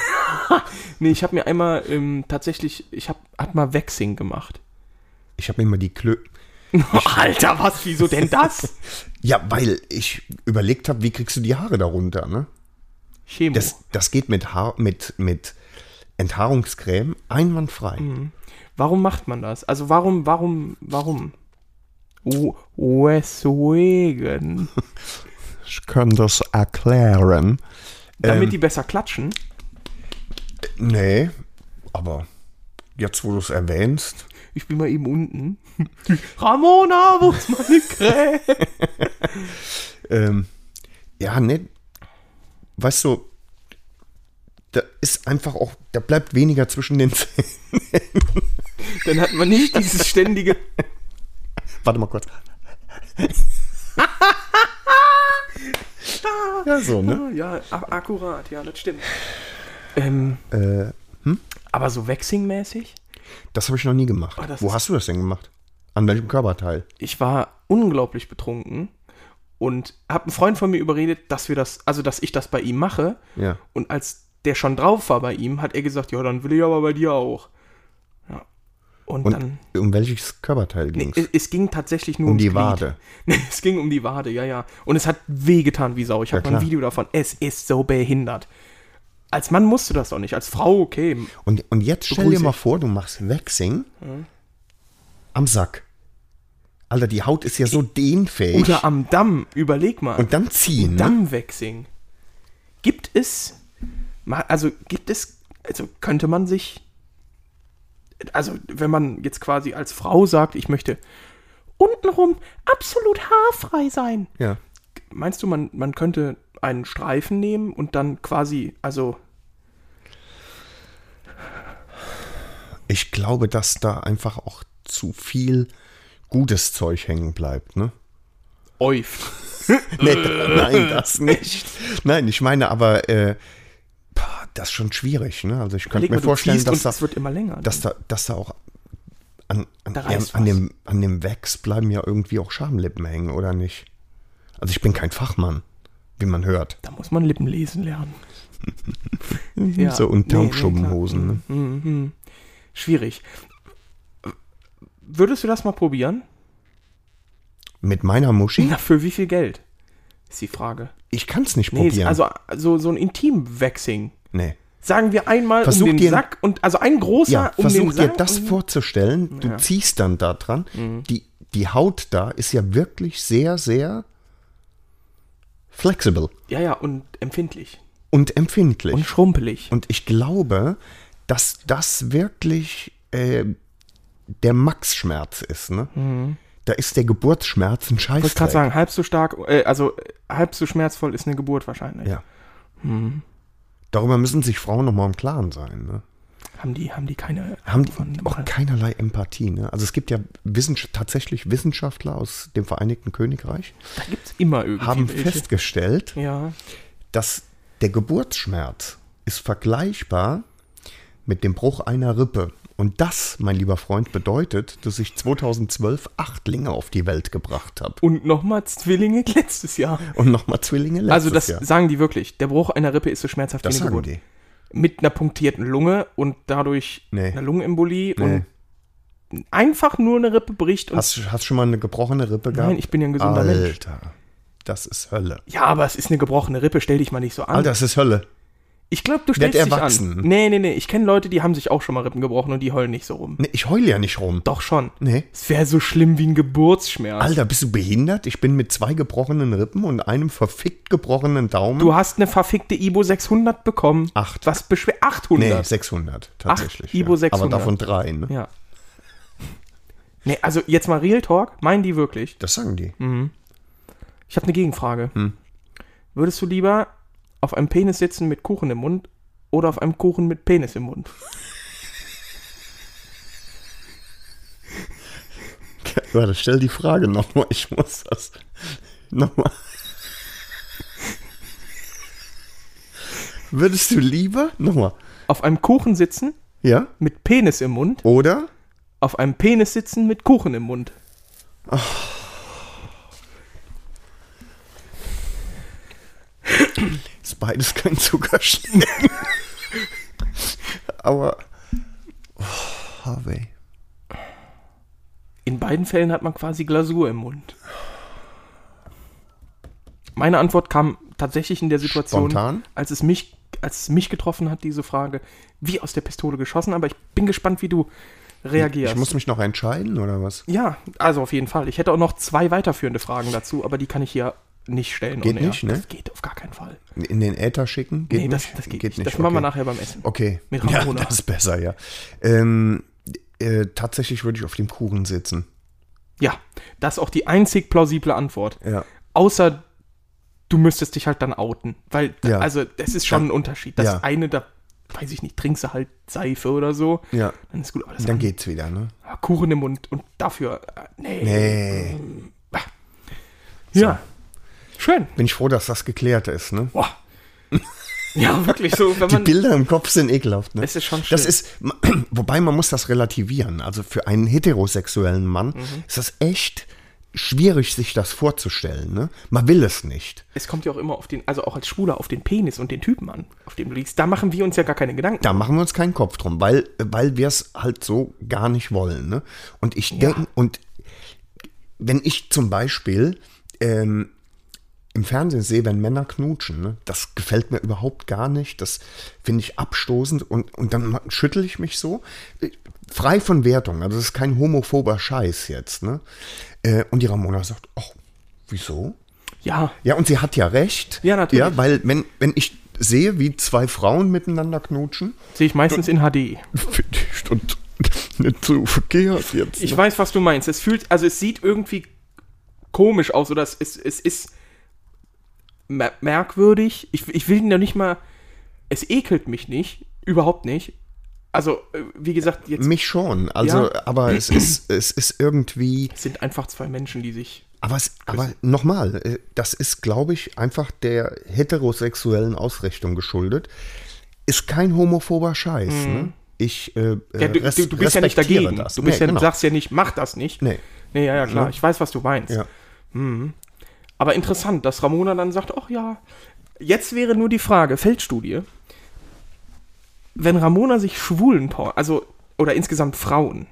S2: Nee, ich habe mir einmal ähm, tatsächlich, ich habe hab mal Waxing gemacht.
S3: Ich habe mir mal die Klö
S2: Alter, was, wieso denn das?
S3: Ja, weil ich überlegt habe, wie kriegst du die Haare darunter, ne?
S2: Chemo.
S3: Das, das geht mit, Haar, mit, mit Enthaarungscreme einwandfrei.
S2: Warum macht man das? Also warum, warum, warum? Oh, weswegen?
S3: Ich kann das erklären.
S2: Damit die besser klatschen?
S3: Nee, aber jetzt, wo du es erwähnst.
S2: Ich bin mal eben unten. Ramona, wo ist meine Creme?
S3: Ähm, ja, ne, weißt du, da ist einfach auch, da bleibt weniger zwischen den Zähnen.
S2: Dann hat man nicht dieses ständige...
S3: Warte mal kurz. ja, so, ne?
S2: Ah, Ja, a- akkurat, ja, das stimmt. Ähm,
S3: Äh,
S2: aber so Waxing-mäßig?
S3: Das habe ich noch nie gemacht.
S2: Ah, das
S3: Wo
S2: ist-
S3: hast du Oh, das denn gemacht? An welchem Körperteil?
S2: ich war unglaublich betrunken und habe einen Freund von mir überredet, dass wir das, also dass ich das bei ihm mache.
S3: Ja.
S2: Und als der schon drauf war bei ihm, hat er gesagt, ja, dann will ich aber bei dir auch. Ja. Und,
S3: Und
S2: dann.
S3: um welches Körperteil
S2: Nee,
S3: ging's?
S2: es, es ging tatsächlich nur
S3: Um
S2: ums
S3: die
S2: Glied.
S3: Wade.
S2: Nee, es ging um die Wade, ja, ja. Und es hat wehgetan wie Sau. Ich habe mal ein
S3: klar.
S2: Video davon. Es ist so behindert. Als Mann musst du das doch nicht. Als Frau, okay.
S3: Und, und jetzt stell dir
S2: Begrüße
S3: mal vor, du machst Waxing
S2: Mhm.
S3: am Sack. Alter, die Haut ist ja so dehnfähig.
S2: Oder am Damm, überleg mal.
S3: und dann ziehen. Ne?
S2: Dammwechsing. Gibt es, ma- also gibt es, also könnte man sich, also wenn man jetzt quasi als Frau sagt, ich möchte untenrum absolut haarfrei sein,
S3: Ja.
S2: meinst du, man, man könnte einen Streifen nehmen und dann quasi, also,
S3: Ich glaube, dass da einfach auch zu viel gutes Zeug hängen bleibt. Ne?
S2: Euf.
S3: Nee, da, nein, das nicht. Nein, ich meine aber, äh, boah, das ist schon schwierig. Ne? Also ich könnte
S2: Überleg
S3: mir
S2: mal, du
S3: vorstellen,
S2: ziehst
S3: dass
S2: und
S3: da...
S2: es wird immer länger. ne?
S3: dass da, dass da auch an, an,
S2: Da
S3: an,
S2: reißt
S3: an,
S2: was.
S3: dem, an dem Wax bleiben ja irgendwie auch Schamlippen hängen, oder nicht? Also ich bin kein Fachmann, wie man hört.
S2: da muss man Lippen lesen lernen. Ja,
S3: so und
S2: nee, nee,
S3: Taubschuppenhosen. ne?
S2: Schwierig. Würdest du das mal probieren?
S3: Mit meiner Muschi?
S2: Na, für wie viel Geld? Ist die Frage.
S3: Ich kann es nicht
S2: Nee,
S3: probieren.
S2: also so, so ein Intim-Waxing.
S3: nee.
S2: Sagen wir einmal
S3: Versuch
S2: um den
S3: dir-
S2: Sack und also ein großer
S3: Ja,
S2: um
S3: versuch
S2: den
S3: dir
S2: Sack.
S3: das
S2: und- Mhm.
S3: vorzustellen. Du ziehst dann da dran. Die, die Haut da ist ja wirklich sehr, sehr flexible
S2: ja, ja, und empfindlich.
S3: und empfindlich.
S2: Und schrumpelig.
S3: Und ich glaube, dass das wirklich äh, der Max-Schmerz ist. Ne? Da ist der Geburtsschmerz ein Scheiß.
S2: Ich Mhm. wollte gerade sagen, halb so stark, äh, also äh, halb so schmerzvoll ist eine Geburt wahrscheinlich.
S3: Ja.
S2: Mhm.
S3: Darüber müssen sich Frauen nochmal im Klaren sein. Ne?
S2: Haben die, haben die keine
S3: Haben die
S2: von
S3: auch keinerlei Empathie. Ne? Also es gibt ja Wissenschaft, tatsächlich Wissenschaftler aus dem Vereinigten Königreich,
S2: Da gibt's immer irgendwie.
S3: haben
S2: welche.
S3: festgestellt,
S2: Ja.
S3: dass der Geburtsschmerz ist vergleichbar mit dem Bruch einer Rippe. Und das, mein lieber Freund, bedeutet, dass ich 2012 Achtlinge auf die Welt gebracht habe.
S2: Und nochmal Zwillinge letztes Jahr.
S3: Und nochmal Zwillinge letztes
S2: also das
S3: Jahr.
S2: sagen die wirklich. Der Bruch einer Rippe ist so schmerzhaft
S3: Das
S2: wie eine
S3: sagen
S2: Geburt.
S3: die.
S2: Mit einer punktierten Lunge und dadurch
S3: Nee.
S2: einer Lungenembolie
S3: Nee.
S2: und einfach nur eine Rippe bricht und
S3: Hast du schon mal eine gebrochene Rippe gehabt?
S2: Nein, ich bin ja ein gesunder
S3: Alter,
S2: Mensch.
S3: das ist Hölle.
S2: Ja, aber es ist eine gebrochene Rippe, stell dich mal nicht so an.
S3: Alter, das ist Hölle.
S2: ich glaube, du stellst
S3: werd
S2: dich an.
S3: erwachsen.
S2: Nee, nee, nee, ich kenne Leute, die haben sich auch schon mal Rippen gebrochen und die heulen nicht so rum.
S3: Nee, ich heule ja nicht rum.
S2: Doch schon.
S3: Nee.
S2: Es wäre so schlimm wie ein Geburtsschmerz.
S3: Alter, bist du behindert? Ich bin mit zwei gebrochenen Rippen und einem verfickt gebrochenen Daumen.
S2: Du hast eine verfickte Ibo 600 bekommen.
S3: Acht.
S2: Was beschwer 800.
S3: nee, 600 tatsächlich.
S2: Ibo
S3: ja.
S2: 600.
S3: Aber davon drei, ne?
S2: Ja. Nee, also jetzt mal Real Talk, meinen die wirklich?
S3: Das sagen die.
S2: Ich habe eine Gegenfrage.
S3: Hm.
S2: Würdest du lieber auf einem Penis sitzen mit Kuchen im Mund oder auf einem Kuchen mit Penis im Mund?
S3: Warte, stell die Frage nochmal. Ich muss das nochmal. Würdest du lieber? Nochmal.
S2: Auf einem Kuchen sitzen
S3: Ja?
S2: mit Penis im Mund,
S3: Oder?
S2: auf einem Penis sitzen mit Kuchen im Mund.
S3: Ist beides kein Zuckerschnee. Aber. Oh, Harvey.
S2: In beiden Fällen hat man quasi Glasur im Mund. Meine Antwort kam tatsächlich in der Situation,
S3: Spontan?
S2: als es mich, als es mich getroffen hat, diese Frage, wie aus der Pistole geschossen, aber ich bin gespannt, wie du reagierst.
S3: Ich muss mich noch entscheiden, oder was?
S2: ja, also auf jeden Fall. Ich hätte auch noch zwei weiterführende Fragen dazu, aber die kann ich hier nicht stellen.
S3: Geht
S2: on air.
S3: nicht, ne?
S2: Das geht auf gar keinen Fall.
S3: In den Äther schicken? Geht
S2: nee, das,
S3: nicht?
S2: das geht, nicht.
S3: nicht.
S2: Das machen wir
S3: okay.
S2: nachher beim Essen.
S3: Okay.
S2: Mit
S3: ja,
S2: Ramona.
S3: das ist besser, ja. Ähm, äh, tatsächlich würde ich auf dem Kuchen sitzen.
S2: Ja, das ist auch die einzig plausible Antwort.
S3: Ja.
S2: Außer du müsstest dich halt dann outen. Weil,
S3: Ja.
S2: also, das ist schon ein Unterschied. Das
S3: Ja.
S2: eine, da, weiß ich nicht, trinkst du halt Seife oder so.
S3: Ja.
S2: Dann ist gut. Aber das
S3: Dann
S2: andere-
S3: geht's wieder, ne?
S2: Ah, Kuchen im Mund und dafür, äh, nee.
S3: Nee.
S2: Ja. Schön.
S3: Bin ich froh, dass das geklärt ist, ne?
S2: Boah. ja, wirklich so, wenn
S3: Die
S2: man.
S3: Bilder im Kopf sind ekelhaft, ne?
S2: Das ist schon
S3: Das
S2: schlimm.
S3: ist, wobei man muss das relativieren. Also für einen heterosexuellen Mann
S2: Mhm.
S3: ist das echt schwierig, sich das vorzustellen, ne? Man will es nicht.
S2: Es kommt ja auch immer auf den, also auch als Schwuler, auf den Penis und den Typen an, auf dem du liegst. Da machen wir uns ja gar keine Gedanken.
S3: Da machen wir uns keinen Kopf drum, weil, weil wir es halt so gar nicht wollen. Ne? Und ich denke, und wenn ich zum Beispiel ähm, im Fernsehen sehe, wenn Männer knutschen, ne, das gefällt mir überhaupt gar nicht, das finde ich abstoßend und, und dann schüttel ich mich so. Äh, Frei von Wertung, also das ist kein homophober Scheiß jetzt. Ne? Äh, und die Ramona sagt, ach, wieso?
S2: Ja.
S3: Ja, und sie hat ja recht.
S2: Ja, natürlich.
S3: Ja, weil wenn, wenn ich sehe, wie zwei Frauen miteinander knutschen,
S2: Sehe ich meistens in HD.
S3: finde ich das nicht so verkehrt jetzt.
S2: Ich
S3: ne?
S2: weiß, was du meinst. Es fühlt, also es sieht irgendwie komisch aus oder es, es, es ist mer- merkwürdig. Ich, ich will ihn ja nicht mal. Es ekelt mich nicht, überhaupt nicht. Also, äh, wie gesagt, jetzt
S3: Mich schon, also,
S2: Ja.
S3: aber es ist, es ist irgendwie,
S2: sind einfach zwei Menschen, die sich.
S3: aber, es, aber nochmal, äh, das ist, glaube ich, einfach der heterosexuellen Ausrichtung geschuldet. Ist kein homophober Scheiß, ne? Ich, äh,
S2: Mhm. Ja, du,
S3: res-
S2: du, du bist ja nicht
S3: respektiere
S2: dagegen.
S3: Das.
S2: Du bist
S3: Nee,
S2: ja,
S3: genau.
S2: sagst ja nicht, mach das nicht.
S3: Nee.
S2: Nee, ja, ja, klar.
S3: Ja.
S2: Ich weiß, was du meinst. Mhm.
S3: Ja.
S2: Aber interessant, dass Ramona dann sagt, ach ja, jetzt wäre nur die Frage, Feldstudie, wenn Ramona sich schwulen, also, oder insgesamt Frauen,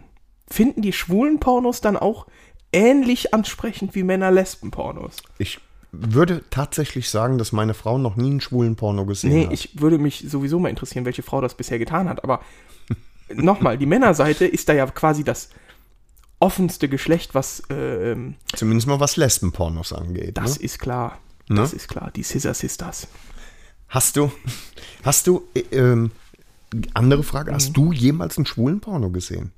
S2: finden die schwulen Pornos dann auch ähnlich ansprechend wie Männer-Lesben-Pornos.
S3: Ich würde tatsächlich sagen, dass meine Frau noch nie einen schwulen Porno gesehen
S2: Nee,
S3: hat.
S2: ich würde mich sowieso mal interessieren, welche Frau das bisher getan hat. Aber nochmal, die Männerseite ist da ja quasi das offenste Geschlecht, was äh, ähm,
S3: Zumindest mal was Lesben-Pornos angeht.
S2: das
S3: ne?
S2: ist klar.
S3: Ne?
S2: Das ist klar. Die Scissor Sisters.
S3: Hast du, hast du, äh, ähm, andere Frage,
S2: Mhm.
S3: hast du jemals einen schwulen Porno gesehen?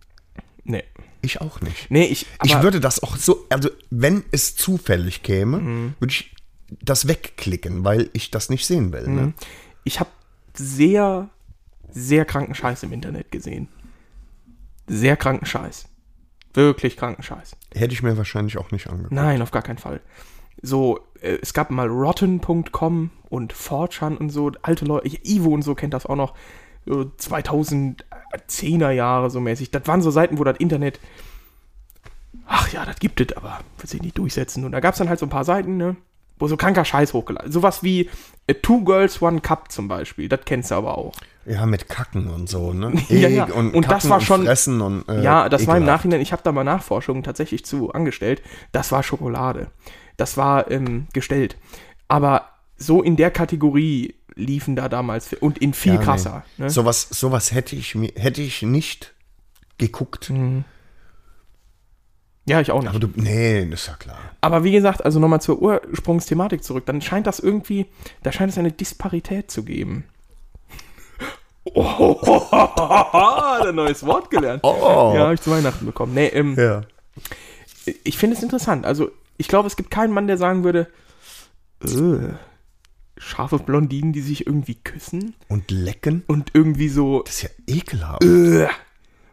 S2: Nee.
S3: Ich auch nicht.
S2: Nee, ich. Aber,
S3: ich würde das auch so, also wenn es zufällig käme,
S2: Mhm.
S3: würde ich das wegklicken, weil ich das nicht sehen will.
S2: Mhm.
S3: Ne?
S2: ich habe sehr, sehr kranken Scheiß im Internet gesehen. Sehr kranken Scheiß. Wirklich kranken Scheiß.
S3: Hätte ich mir wahrscheinlich auch nicht angeguckt.
S2: Nein, auf gar keinen Fall. So, äh, es gab mal Rotten.com und 4chan und so, alte Leute, Ivo und so kennt das auch noch, so 2010er Jahre so mäßig. Das waren so Seiten, wo das Internet, ach ja, das gibt es, aber wird sich nicht durchsetzen. Und da gab es dann halt so ein paar Seiten, ne, wo so kranker Scheiß hochgeladen. Sowas wie äh, Two Girls, One Cup zum Beispiel, das kennst du aber auch.
S3: Ja, mit Kacken und so, ne?
S2: Ja, ja.
S3: Ekel
S2: Und das war schon-
S3: Fressen und, äh,
S2: Ja, das war im
S3: ekelhaft.
S2: Nachhinein, ich habe da mal Nachforschungen tatsächlich zu angestellt. Das war Schokolade. Das war ähm, gestellt. Aber so in der Kategorie liefen da damals Fi- und in viel
S3: Ja, nee.
S2: krasser. Ne?
S3: Sowas, sowas hätte ich mir, hätte ich nicht geguckt.
S2: Mhm. Ja, ich auch
S3: Aber
S2: nicht.
S3: du, nee, das ist ja klar.
S2: Aber wie gesagt, also nochmal zur Ursprungsthematik zurück. Dann scheint das irgendwie, da scheint es eine Disparität zu geben. Oh, ein neues Wort gelernt.
S3: Oh.
S2: Ja, habe ich zu Weihnachten bekommen. Nee, ähm,
S3: Ja.
S2: ich finde es interessant. Also, ich glaube, es gibt keinen Mann, der sagen würde, äh, scharfe Blondinen, die sich irgendwie küssen
S3: Und lecken?
S2: und irgendwie so,
S3: Das ist ja ekelhaft.
S2: äh,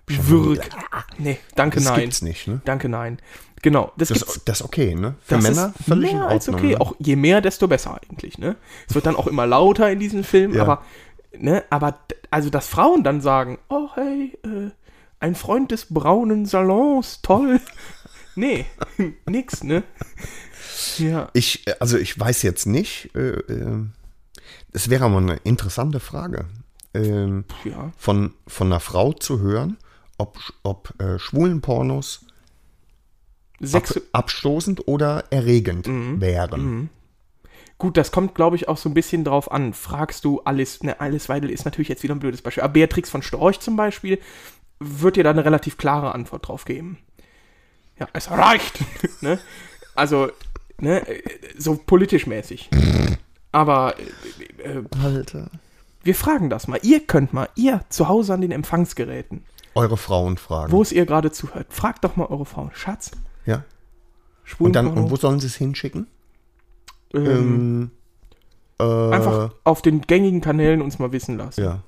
S2: wirk. Ah, Nee, danke,
S3: das
S2: nein.
S3: gibt's nicht, ne?
S2: Danke, nein. Genau, das,
S3: Das,
S2: gibt's.
S3: das ist okay, ne? Für
S2: Das
S3: Männer
S2: ist
S3: völlig
S2: mehr
S3: in Ordnung.
S2: als okay.
S3: ne?
S2: Auch je mehr, desto besser eigentlich, ne? Es wird dann auch immer lauter in diesem Film,
S3: Ja.
S2: aber, ne? Aber, d- also, dass Frauen dann sagen, oh, hey, äh, ein Freund des braunen Salons, toll. Nee, nix, ne? Ja.
S3: Ich, äh, also ich weiß jetzt nicht. äh, äh, Das wäre aber eine interessante Frage. ähm,
S2: Ja.
S3: Von, von einer Frau zu hören, ob, sch- ob äh, schwulen Pornos ab,
S2: Sexu Mhm.
S3: abstoßend oder erregend wären.
S2: Gut, das kommt, glaube ich, auch so ein bisschen drauf an. Fragst du Alice, ne, Alice Weidel ist natürlich jetzt wieder ein blödes Beispiel, aber Beatrix von Storch zum Beispiel wird dir da eine relativ klare Antwort drauf geben. Ja, es reicht. ne? Also, ne, äh, so politisch mäßig. Aber äh, äh,
S3: Alter.
S2: wir fragen das mal. Ihr könnt mal, ihr zu Hause an den Empfangsgeräten,
S3: Eure Frauenfragen.
S2: wo es ihr gerade zuhört, fragt doch mal eure Frauen. Schatz,
S3: Ja.
S2: schwulen
S3: Und dann, und wo
S2: Porno,
S3: sollen sie es hinschicken? Hm,
S2: ähm,
S3: Äh,
S2: einfach auf den gängigen Kanälen uns mal wissen lassen.
S3: Ja.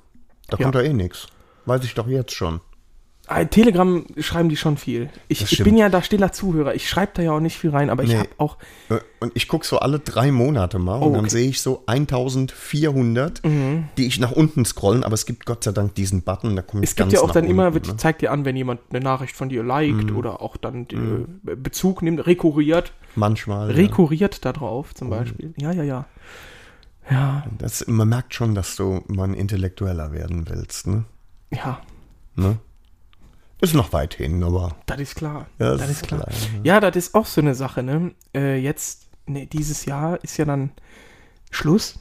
S3: Da
S2: Ja.
S3: kommt da eh nichts. Weiß ich doch jetzt schon.
S2: Ah, Telegram schreiben die schon viel. Ich,
S3: Das
S2: ich
S3: stimmt.
S2: bin ja da stiller Zuhörer. Ich schreibe da ja auch nicht viel rein, aber ich
S3: Nee.
S2: habe auch.
S3: Äh, Und ich gucke so alle drei Monate mal und
S2: Oh,
S3: dann
S2: okay. Mhm.
S3: sehe ich so 1400, die ich nach unten scrollen, aber es gibt Gott sei Dank diesen Button, da komme ich
S2: Es gibt
S3: ganz
S2: ja auch
S3: nach
S2: dann immer,
S3: unten, ne? Mhm.
S2: wird, zeigt dir an, wenn jemand eine Nachricht von dir liked oder auch dann äh, Bezug nimmt, rekurriert,
S3: Manchmal.
S2: rekurriert da drauf
S3: Mhm.
S2: zum Beispiel. Ja, ja, ja. Ja,
S3: ja. Das, man merkt schon, dass du mal ein intellektueller werden willst. Ne?
S2: ja,
S3: Ne? Ist noch weit hin, aber.
S2: das ist klar.
S3: Ja,
S2: das,
S3: das
S2: ist
S3: ist
S2: klar.
S3: klar,
S2: Ja, das ist auch so eine Sache, ne? Äh, jetzt, ne, dieses Jahr ist ja dann Schluss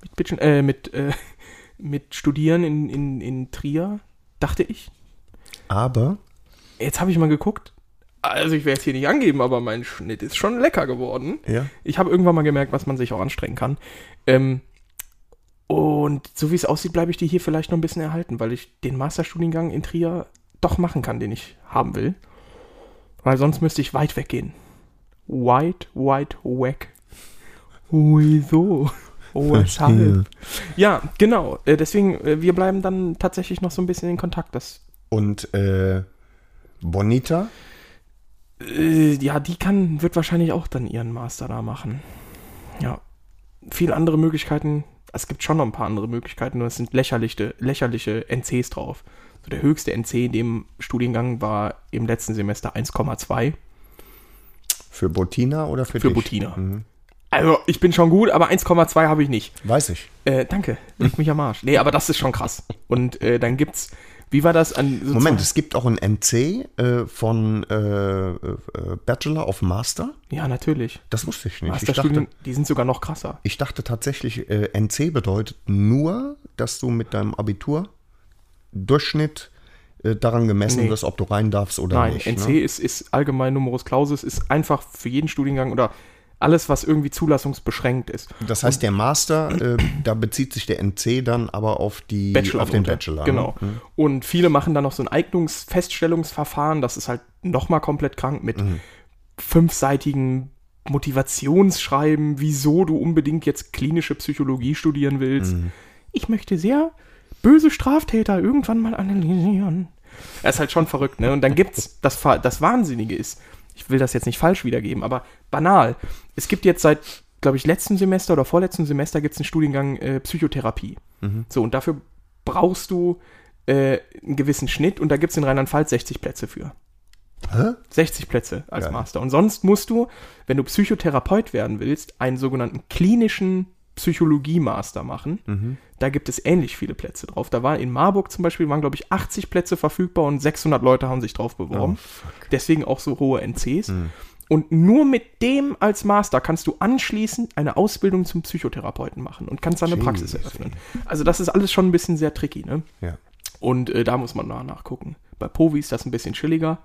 S2: mit Bitchen, äh, mit, äh, mit Studieren in, in, in Trier, dachte ich.
S3: Aber
S2: Jetzt habe ich mal geguckt. Also ich werde es hier nicht angeben, aber mein Schnitt ist schon lecker geworden.
S3: Ja.
S2: Ich habe irgendwann mal gemerkt, was man sich auch anstrengen kann. Ähm, und so wie es aussieht, bleibe ich die hier vielleicht noch ein bisschen erhalten, weil ich den Masterstudiengang in Trier doch machen kann, den ich haben will. Weil sonst müsste ich weit weggehen. Weit, weit weg. Wieso? Oh, weshalb? Ja, genau. Äh, Deswegen, äh, wir bleiben dann tatsächlich noch so ein bisschen in Kontakt. Das
S3: und äh, Bonita,
S2: Äh, ja, die kann, wird wahrscheinlich auch dann ihren Master da machen. Ja. Viele andere Möglichkeiten. Es gibt schon noch ein paar andere Möglichkeiten, nur es sind lächerliche, lächerliche NCs drauf. So der höchste NC in dem Studiengang war im letzten Semester 1,2
S3: für Botina oder für,
S2: für
S3: dich?
S2: Butina.
S3: Mhm.
S2: Also, ich bin schon gut, aber 1,2 habe ich nicht.
S3: Weiß ich.
S2: Äh, danke, leg mich am Arsch. Nee, aber das ist schon krass. Und äh, dann gibt's Wie war das an so
S3: Moment,
S2: zwei-
S3: es gibt auch ein MC äh, von äh, äh, Bachelor of Master.
S2: Ja, natürlich.
S3: Das wusste ich nicht. Ich dachte,
S2: Masterstudien, die sind sogar noch krasser.
S3: ich dachte tatsächlich, äh, NC bedeutet nur, dass du mit deinem Abitur Durchschnitt äh, daran gemessen
S2: Nee.
S3: wirst, ob du rein darfst oder
S2: Nein,
S3: nicht.
S2: NC
S3: Ne?
S2: ist, ist allgemein Numerus Clausus, ist einfach für jeden Studiengang oder alles, was irgendwie zulassungsbeschränkt ist.
S3: Das heißt, der Master, äh, da bezieht sich der NC dann aber auf, die, auf den
S2: unter-
S3: Bachelor.
S2: Genau.
S3: Ne?
S2: Und viele machen dann noch so ein Eignungsfeststellungsverfahren, das ist halt nochmal komplett krank mit
S3: Mhm.
S2: fünfseitigen Motivationsschreiben, wieso du unbedingt jetzt klinische Psychologie studieren willst.
S3: Mhm.
S2: Ich möchte sehr böse Straftäter irgendwann mal analysieren. Das ist halt schon verrückt, ne? Und dann gibt's, das, Fa- das Wahnsinnige ist, ich will das jetzt nicht falsch wiedergeben, aber banal. Es gibt jetzt seit, glaube ich, letztem Semester oder vorletzten Semester gibt's einen Studiengang äh, Psychotherapie. So, und dafür brauchst du äh, einen gewissen Schnitt und da gibt's in Rheinland-Pfalz 60 Plätze für.
S3: Hä?
S2: 60 Plätze als
S3: Geil.
S2: Master. Und sonst musst du, wenn du Psychotherapeut werden willst, einen sogenannten klinischen Psychologie-Master machen. Da gibt es ähnlich viele Plätze drauf. Da war in Marburg zum Beispiel, waren glaube ich 80 Plätze verfügbar und 600 Leute haben sich drauf beworben. Deswegen auch so hohe NCs. Und nur mit dem als Master kannst du anschließend eine Ausbildung zum Psychotherapeuten machen und kannst deine Praxis eröffnen. Also das ist alles schon ein bisschen sehr tricky, ne?
S3: Ja.
S2: Und äh, da muss man mal nachgucken. Bei Povi ist das ein bisschen chilliger.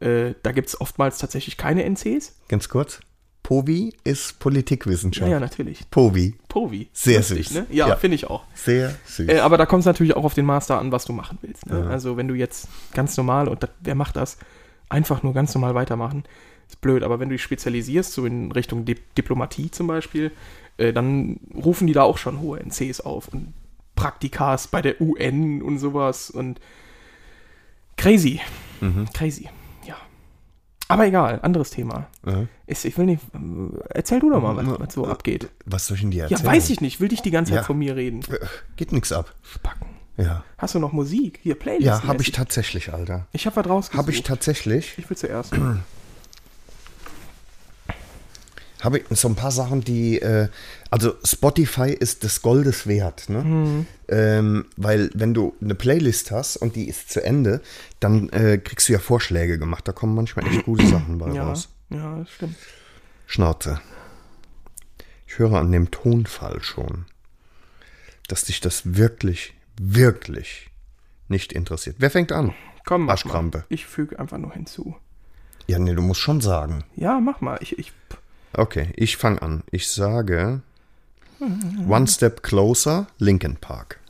S2: Äh, da gibt es oftmals tatsächlich keine NCs.
S3: Ganz kurz. Povi ist
S2: Ja,
S3: Politikwissenschaft.
S2: ja, natürlich.
S3: Povi.
S2: Povi.
S3: Sehr süß.
S2: Ne? Ja,
S3: Ja.
S2: finde ich auch.
S3: Sehr süß.
S2: Äh, aber da kommt es natürlich auch auf den Master an, was du machen willst. Ne? Also wenn du jetzt ganz normal, und da, wer macht das, einfach nur ganz normal weitermachen, ist blöd. Aber wenn du dich spezialisierst, so in Richtung Di Diplomatie zum Beispiel, äh, dann rufen die da auch schon hohe NCs auf und Praktikas bei der UN und sowas und crazy.
S3: Mhm.
S2: Crazy, ja. Aber egal, anderes Thema.
S3: Ja.
S2: Ist, ich will nicht, äh, erzähl du doch mal, was, was so abgeht.
S3: Was soll ich denn dir
S2: Ja,
S3: erzählen?
S2: weiß ich nicht, will dich die ganze Zeit
S3: Ja.
S2: von mir reden.
S3: Geht nichts ab.
S2: Spacken.
S3: Ja.
S2: Hast du noch Musik? Hier, Playlist.
S3: Ja, habe ich tatsächlich, Alter.
S2: Ich habe was rausgesucht.
S3: Habe ich tatsächlich.
S2: ich will zuerst.
S3: Habe ich so ein paar Sachen, die. Äh, also, Spotify ist des Goldes wert, ne?
S2: Mhm.
S3: Ähm, weil, wenn du eine Playlist hast und die ist zu Ende, dann äh, kriegst du ja Vorschläge gemacht. Da kommen manchmal echt gute Sachen bei
S2: ja,
S3: raus.
S2: ja, das stimmt.
S3: Schnauze. Ich höre an dem Tonfall schon, dass dich das wirklich, wirklich nicht interessiert. Wer fängt an?
S2: Komm, mach
S3: Arschkrampe.
S2: Mal. Ich füge einfach nur hinzu.
S3: Ja, nee, du musst schon sagen.
S2: Ja, mach mal. Ich, ich,
S3: Okay, ich fange an. Ich sage One Step Closer, Linkin Park.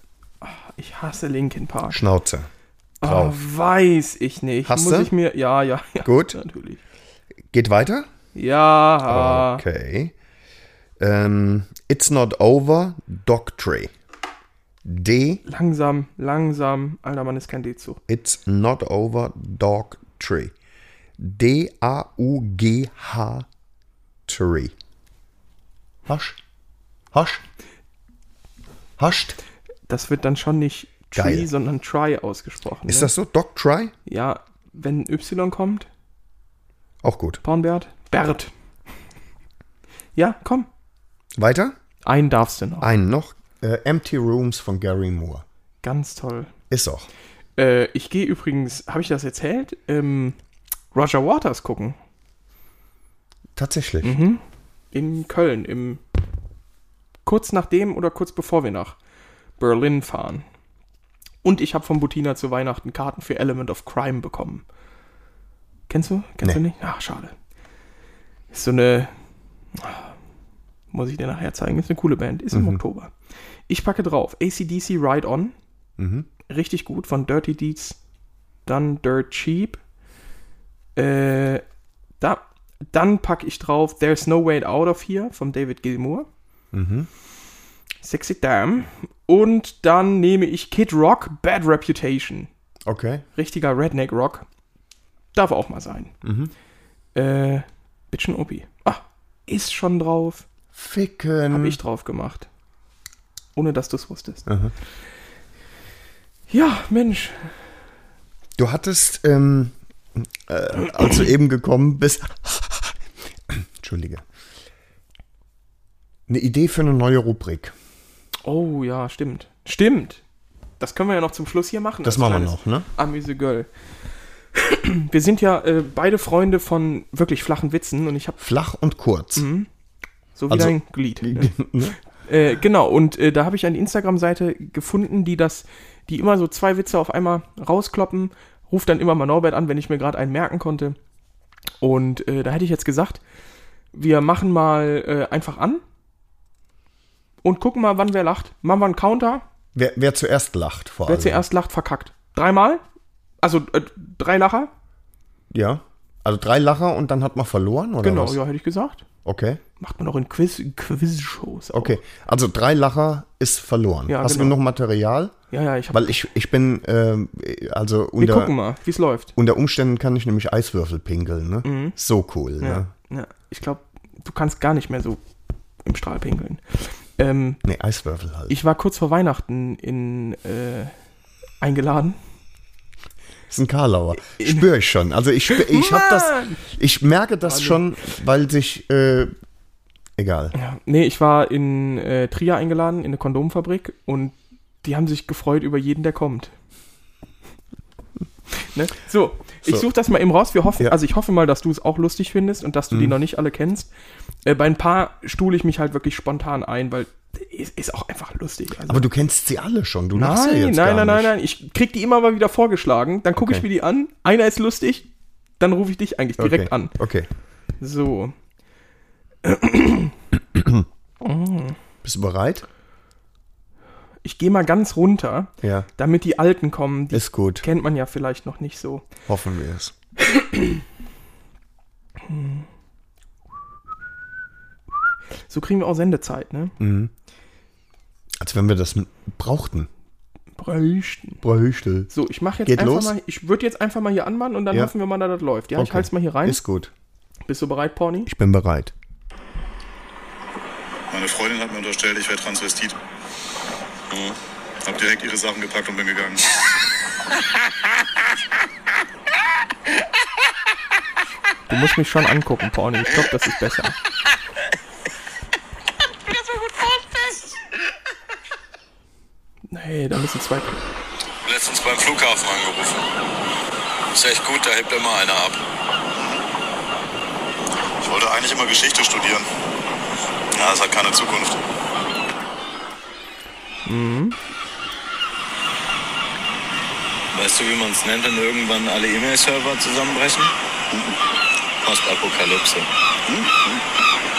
S2: ich hasse Linkin Park.
S3: Schnauze.
S2: Ah,
S3: Drauf.
S2: weiß ich nicht.
S3: Hast
S2: Muss
S3: du?
S2: ich mir. Ja, ja, ja.
S3: Gut.
S2: Natürlich.
S3: Geht weiter?
S2: Ja.
S3: Okay. Ähm, It's Not Over, Doctrey. D.
S2: Langsam, langsam. Alter, Mann ist kein D-Zug.
S3: It's Not Over, Doctrey. D-A-U-G-H Tree. Hasch. Hasch. Hascht.
S2: Das wird dann schon nicht Tree,
S3: Geil.
S2: sondern Try ausgesprochen.
S3: Ist
S2: ne?
S3: das so? Doctry?
S2: Ja, wenn Y kommt.
S3: Auch gut.
S2: Pornbert. Bert. Ja, komm.
S3: Weiter?
S2: Einen darfst du noch.
S3: Einen noch. Äh, Empty Rooms von Gary Moore.
S2: Ganz toll.
S3: Ist auch.
S2: Äh, ich gehe übrigens, habe ich das erzählt? Ähm, Roger Waters gucken.
S3: Tatsächlich.
S2: Mhm. In Köln, im kurz nachdem oder kurz bevor wir nach Berlin fahren. Und ich habe von Butina zu Weihnachten Karten für Element of Crime bekommen. Kennst du? Kennst du
S3: Nee.
S2: nicht? Ach, schade. Ist so eine. Muss ich dir nachher zeigen. Ist eine coole Band. Ist im Oktober. Ich packe drauf. ACDC Ride On. Richtig gut. Von Dirty Deeds Done Dirt Cheap. Äh, da, dann packe ich drauf There's No Way Out of Here von David Gilmour.
S3: Mhm.
S2: Sexy Damn. Und dann nehme ich Kid Rock Bad Reputation.
S3: Okay.
S2: Richtiger Redneck Rock. Darf auch mal sein.
S3: Mhm.
S2: Äh, bisschen Opi. Ah, ist schon drauf.
S3: Ficken.
S2: Hab ich drauf gemacht. Ohne dass du es wusstest. Ja, Mensch.
S3: Du hattest, ähm, äh, als du eben gekommen bist, Entschuldige, eine Idee für eine neue Rubrik.
S2: Oh ja, stimmt. Stimmt. Das können wir ja noch zum Schluss hier machen.
S3: Das
S2: als
S3: machen wir noch,
S2: kleines
S3: ne?
S2: Amüse Girl. Wir sind ja äh, beide Freunde von wirklich flachen Witzen und ich habe
S3: Flach und kurz.
S2: Mhm. so wie
S3: Also-
S2: dein Glied. ne?
S3: Ne?
S2: äh, genau, und äh, da habe ich eine Instagram-Seite gefunden, die das, die immer so zwei Witze auf einmal rauskloppen, ruft dann immer mal Norbert an, wenn ich mir gerade einen merken konnte. Und äh, da hätte ich jetzt gesagt, wir machen mal äh, einfach an und gucken mal, wann wer lacht. Machen wir einen Counter.
S3: Wer, wer zuerst lacht vor
S2: Wer
S3: allem.
S2: zuerst lacht, verkackt. Dreimal? Also äh, drei Lacher?
S3: Ja. Also drei Lacher und dann hat man verloren, oder
S2: Genau,
S3: was?
S2: ja, hätte ich gesagt.
S3: Okay,
S2: Macht man auch in Quiz, in Quiz-Shows. auch.
S3: okay. Also drei Lacher ist verloren.
S2: Ja,
S3: Hast du
S2: genau.
S3: noch Material?
S2: Ja, ja, ich hab,
S3: Weil ich, ich bin, ähm, also
S2: Wir
S3: unter,
S2: gucken mal, wie es läuft.
S3: unter Umständen kann ich nämlich Eiswürfel pinkeln, ne? So cool, ne?
S2: Mhm. Ja. ja. Ich glaube, du kannst gar nicht mehr so im Strahl pinkeln. Ähm,
S3: Nee, Eiswürfel halt.
S2: ich war kurz vor Weihnachten in äh, eingeladen.
S3: ist ein Karlauer. Spüre ich schon. Also ich, spür- ich hab das,
S2: Mann!
S3: ich merke das schon, weil sich, äh, egal.
S2: Ja. Nee, ich war in äh, Trier eingeladen, in eine Kondomfabrik und die haben sich gefreut über jeden, der kommt. Ne? So, ich
S3: So.
S2: suche das mal eben raus. Wir hoffen,
S3: Ja. Mhm.
S2: also ich hoffe mal, dass du es auch lustig findest und dass du die noch nicht alle kennst. Äh, bei ein paar stuhle ich mich halt wirklich spontan ein, weil es ist auch einfach lustig. Also,
S3: Aber du kennst sie alle schon. Du lachst ja
S2: Nein,
S3: jetzt gar
S2: nein, nein, nein,
S3: nicht.
S2: nein. Ich krieg die immer mal wieder vorgeschlagen. Dann gucke ich
S3: Okay.
S2: mir die an. Einer ist lustig. Dann rufe ich dich eigentlich direkt
S3: okay.
S2: an.
S3: Okay.
S2: So.
S3: Bist du bereit?
S2: Ich gehe mal ganz runter,
S3: Ja.
S2: damit die Alten kommen. Die
S3: Ist gut.
S2: kennt man ja vielleicht noch nicht so.
S3: Hoffen wir es.
S2: So kriegen wir auch Sendezeit, ne?
S3: Hm. Als wenn wir das m- brauchten.
S2: Bräuchten.
S3: Bräuchte.
S2: So, ich mache jetzt
S3: Geht
S2: einfach
S3: los?
S2: mal. Ich würde jetzt einfach mal hier anmachen und dann
S3: Ja.
S2: hoffen wir mal, dass das läuft. Ja, ich
S3: Okay.
S2: halte es mal hier rein.
S3: Ist gut.
S2: Bist du bereit, Porni?
S3: Ich bin bereit.
S4: Meine Freundin hat mir unterstellt, ich wäre Transvestit.
S5: Hm.
S4: Ja. Hab direkt ihre Sachen gepackt und bin gegangen.
S2: Du musst mich schon angucken, Porni. Ich glaube, das ist besser.
S6: wie du so gut drauf bist.
S2: Hey, da müssen zwei.
S5: letztens beim Flughafen angerufen. Ist echt gut, da hebt immer einer ab.
S4: Ich wollte eigentlich immer Geschichte studieren. Ja, das hat keine Zukunft.
S5: Weißt du, wie man es nennt, wenn irgendwann alle E-Mail-Server zusammenbrechen?
S4: Mhm.
S5: Postapokalypse.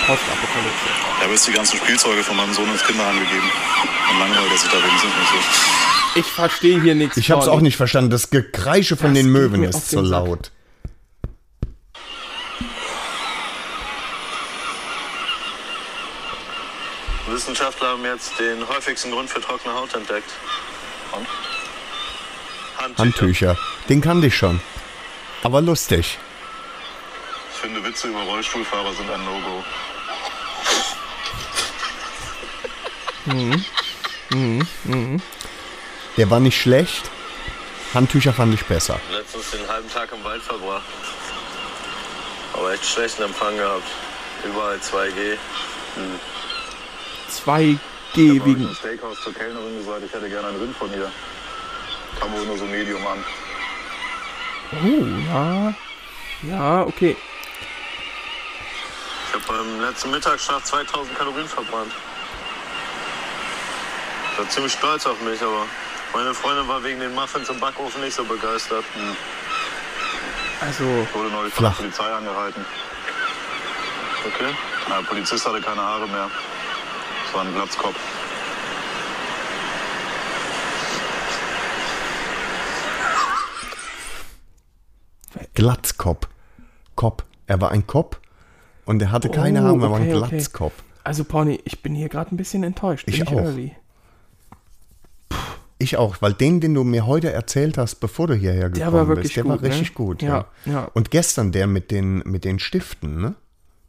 S2: Postapokalypse.
S4: Ich habe jetzt die ganzen Spielzeuge von meinem Sohn ins Kinderheim gegeben. Dann langweilt er sich da wenigstens nicht so.
S2: Ich verstehe hier nichts.
S3: Ich habe es
S2: Porni.
S3: auch nicht verstanden. Das Gekreische von
S2: Das
S3: den
S2: geht
S3: Möwen
S2: mir auf
S3: ist so
S2: den Sack.
S3: laut.
S7: Wissenschaftler haben jetzt den häufigsten Grund für trockene Haut entdeckt. Handtücher.
S3: Handtücher. Den kannte ich schon. Aber lustig.
S4: Ich finde, Witze über Rollstuhlfahrer sind ein No-Go.
S3: Der war nicht schlecht. Handtücher fand ich besser.
S7: Letztens den halben Tag im Wald verbracht. Aber echt schlechten Empfang gehabt. Überall 2G.
S2: 2G
S4: Habe ich
S2: wegen
S4: im Steakhouse zur Kellnerin gesagt, ich hätte gerne einen Rind von ihr. Kam wohl nur so Medium an.
S2: Oh, ja. Ja, okay.
S7: Ich habe beim letzten Mittagsschlaf 2000 Kalorien verbrannt. Ich war ziemlich stolz auf mich, aber meine Freundin war wegen den Muffins im Backofen nicht so begeistert.
S2: Also,
S4: Ich wurde neulich
S3: Flach.
S4: von der Polizei angehalten.
S7: Okay.
S4: Na, der Polizist hatte keine Haare mehr. Es war ein Glatzkopf.
S3: Glatzkopf. Kopf. Er war ein Kopf und er hatte keine
S2: Oh,
S3: Haare, er war ein
S2: okay, okay.
S3: Glatzkopf.
S2: also Porni, ich bin hier gerade ein bisschen enttäuscht. Bin
S3: Ich auch. Ich auch, weil den, den du mir heute erzählt hast, bevor du hierher gekommen
S2: Der war wirklich
S3: bist, der
S2: gut,
S3: war richtig
S2: ne?
S3: gut.
S2: Ja, ja.
S3: Und gestern der mit den, mit den Stiften, ne?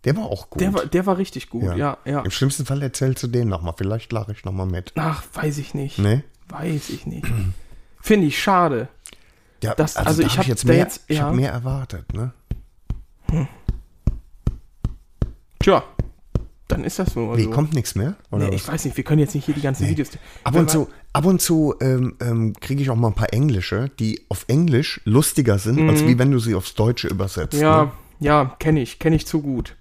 S3: Der war auch gut.
S2: Der war, der war richtig gut, ja, ja.
S3: Im schlimmsten Fall erzählst du den nochmal. Vielleicht lache ich nochmal mit.
S2: Ach, weiß ich nicht.
S3: Ne?
S2: Weiß ich nicht. Finde ich schade.
S3: Ja,
S2: Das- also
S3: da
S2: ich
S3: hab
S2: hab
S3: jetzt
S2: da
S3: mehr,
S2: jetzt-
S3: ich
S2: ja.
S3: habe mehr erwartet, ne?
S2: Tja, dann dann ist das so.
S3: Wie,
S2: Also,
S3: kommt nichts mehr? Oder
S2: nee, ich weiß nicht, wir können jetzt nicht hier die ganzen Videos.
S3: Ab und zu, ab und zu ähm, ähm, kriege ich auch mal ein paar Englische, die auf Englisch lustiger sind, als wie wenn du sie aufs Deutsche übersetzt.
S2: Mhm. Ja,
S3: Ne?
S2: ja, kenne ich, kenne ich zu gut.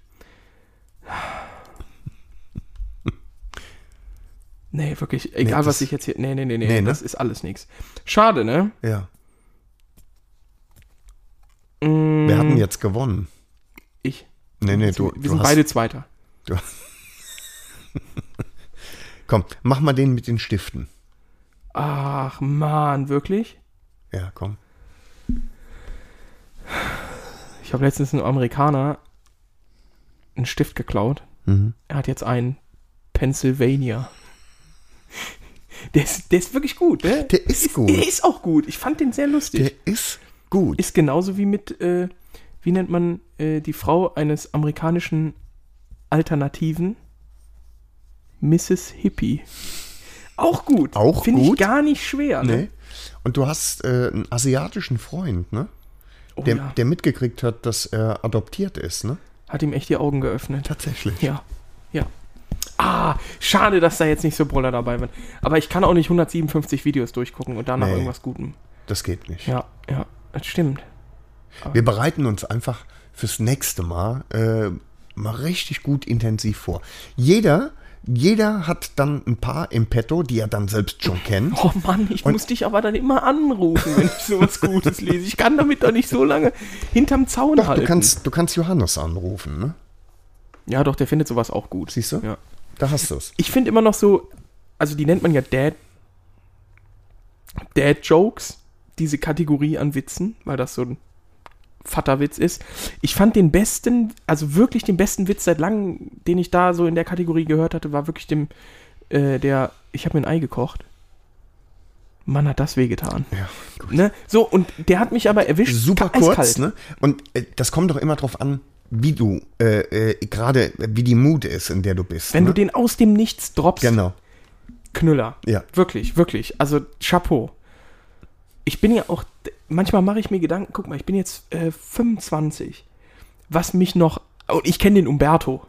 S2: Nee, wirklich, egal was
S3: das-
S2: ich jetzt hier. Nee, nee, nee, nee,
S3: Nee, ne?
S2: das ist alles nichts. Schade, ne?
S3: Ja. Wir hatten jetzt gewonnen.
S2: Mm, Ich.
S3: Nee, nee, du,
S2: wir
S3: du
S2: Mhm. sind
S3: hast.
S2: beide Zweiter.
S3: Komm, mach mal den mit den Stiften.
S2: Ach, Mann, wirklich?
S3: Ja, komm.
S2: Ich habe letztens einem Amerikaner einen Stift geklaut.
S3: Mhm.
S2: Er hat jetzt einen Pennsylvania. Der ist, der ist wirklich gut, ne?
S3: Der ist
S2: Der
S3: gut.
S2: ist auch gut. Ich fand den sehr lustig.
S3: Der ist gut.
S2: ist genauso wie mit, äh, wie nennt man äh, die Frau eines amerikanischen Alternativen? Mrs. Hippie. Auch gut.
S3: Auch
S2: Finde ich
S3: gut?
S2: gar nicht schwer. Ne?
S3: Nee. Und du hast äh, einen asiatischen Freund, ne?
S2: Oh,
S3: Der,
S2: ja.
S3: der mitgekriegt hat, dass er adoptiert ist, ne?
S2: Hat ihm echt die Augen geöffnet.
S3: Tatsächlich.
S2: Ja. Ja. Ah, schade, dass da jetzt nicht so Brüller dabei waren. Aber ich kann auch nicht 157 Videos durchgucken und danach
S3: Nee.
S2: irgendwas Gutem.
S3: Das geht nicht.
S2: Ja, ja, das stimmt.
S3: Wir bereiten uns einfach fürs nächste Mal äh, mal richtig gut intensiv vor. Jeder, jeder hat dann ein paar im Petto, die er dann selbst schon kennt.
S2: Oh Mann, ich muss dich aber dann immer anrufen, wenn ich sowas Gutes lese. Ich kann damit doch nicht so lange hinterm Zaun
S3: Doch,
S2: halten.
S3: du kannst, du kannst Johannes anrufen, ne?
S2: Ja, doch, der findet sowas auch gut.
S3: Siehst du?
S2: Ja.
S3: Da hast du es.
S2: Ich finde immer noch so, also die nennt man ja Dad. Dad Jokes, diese Kategorie an Witzen, weil das so ein Vaterwitz ist. Ich fand den besten, also wirklich den besten Witz seit langem, den ich da so in der Kategorie gehört hatte, war wirklich dem, äh, der, ich habe mir ein Ei gekocht. Mann, hat das wehgetan.
S3: Ja, gut.
S2: Ne? So, und der hat mich aber erwischt.
S3: Super
S2: eiskalt.
S3: kurz, ne? Und äh, das kommt doch immer drauf an, wie du äh, äh, gerade, äh, wie die Mut ist, in der du bist.
S2: Wenn
S3: ne?
S2: du den aus dem Nichts droppst,
S3: Genau.
S2: Knüller.
S3: Ja.
S2: Wirklich, wirklich. Also Chapeau. Ich bin ja auch, manchmal mache ich mir Gedanken, guck mal, ich bin jetzt äh, 25. Was mich noch, und ich kenne den Umberto.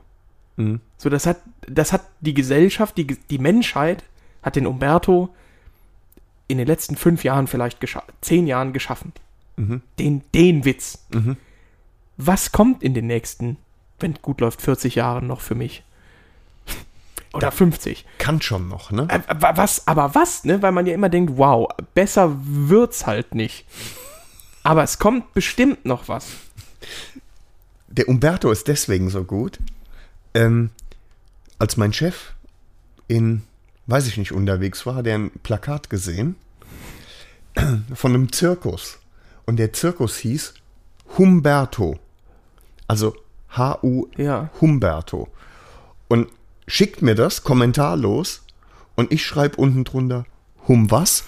S2: So, das hat, das hat die Gesellschaft, die, die Menschheit hat den Umberto in den letzten fünf Jahren vielleicht, gescha zehn Jahren geschaffen. Den, den Witz. Was kommt in den nächsten, wenn gut läuft, 40 Jahren noch für mich? Oder 50.
S3: Kann schon noch, ne?
S2: Äh, wa- Was, aber was, ne? Weil man ja immer denkt, wow, besser wird's halt nicht. Aber es kommt bestimmt noch was.
S3: Der Umberto ist deswegen so gut, ähm, als mein Chef in, weiß ich nicht, unterwegs war, hat er ein Plakat gesehen von einem Zirkus. Und der Zirkus hieß Humberto. Also H-U
S2: Ja.
S3: Humberto. Und schickt mir das kommentarlos und ich schreibe unten drunter Hum was?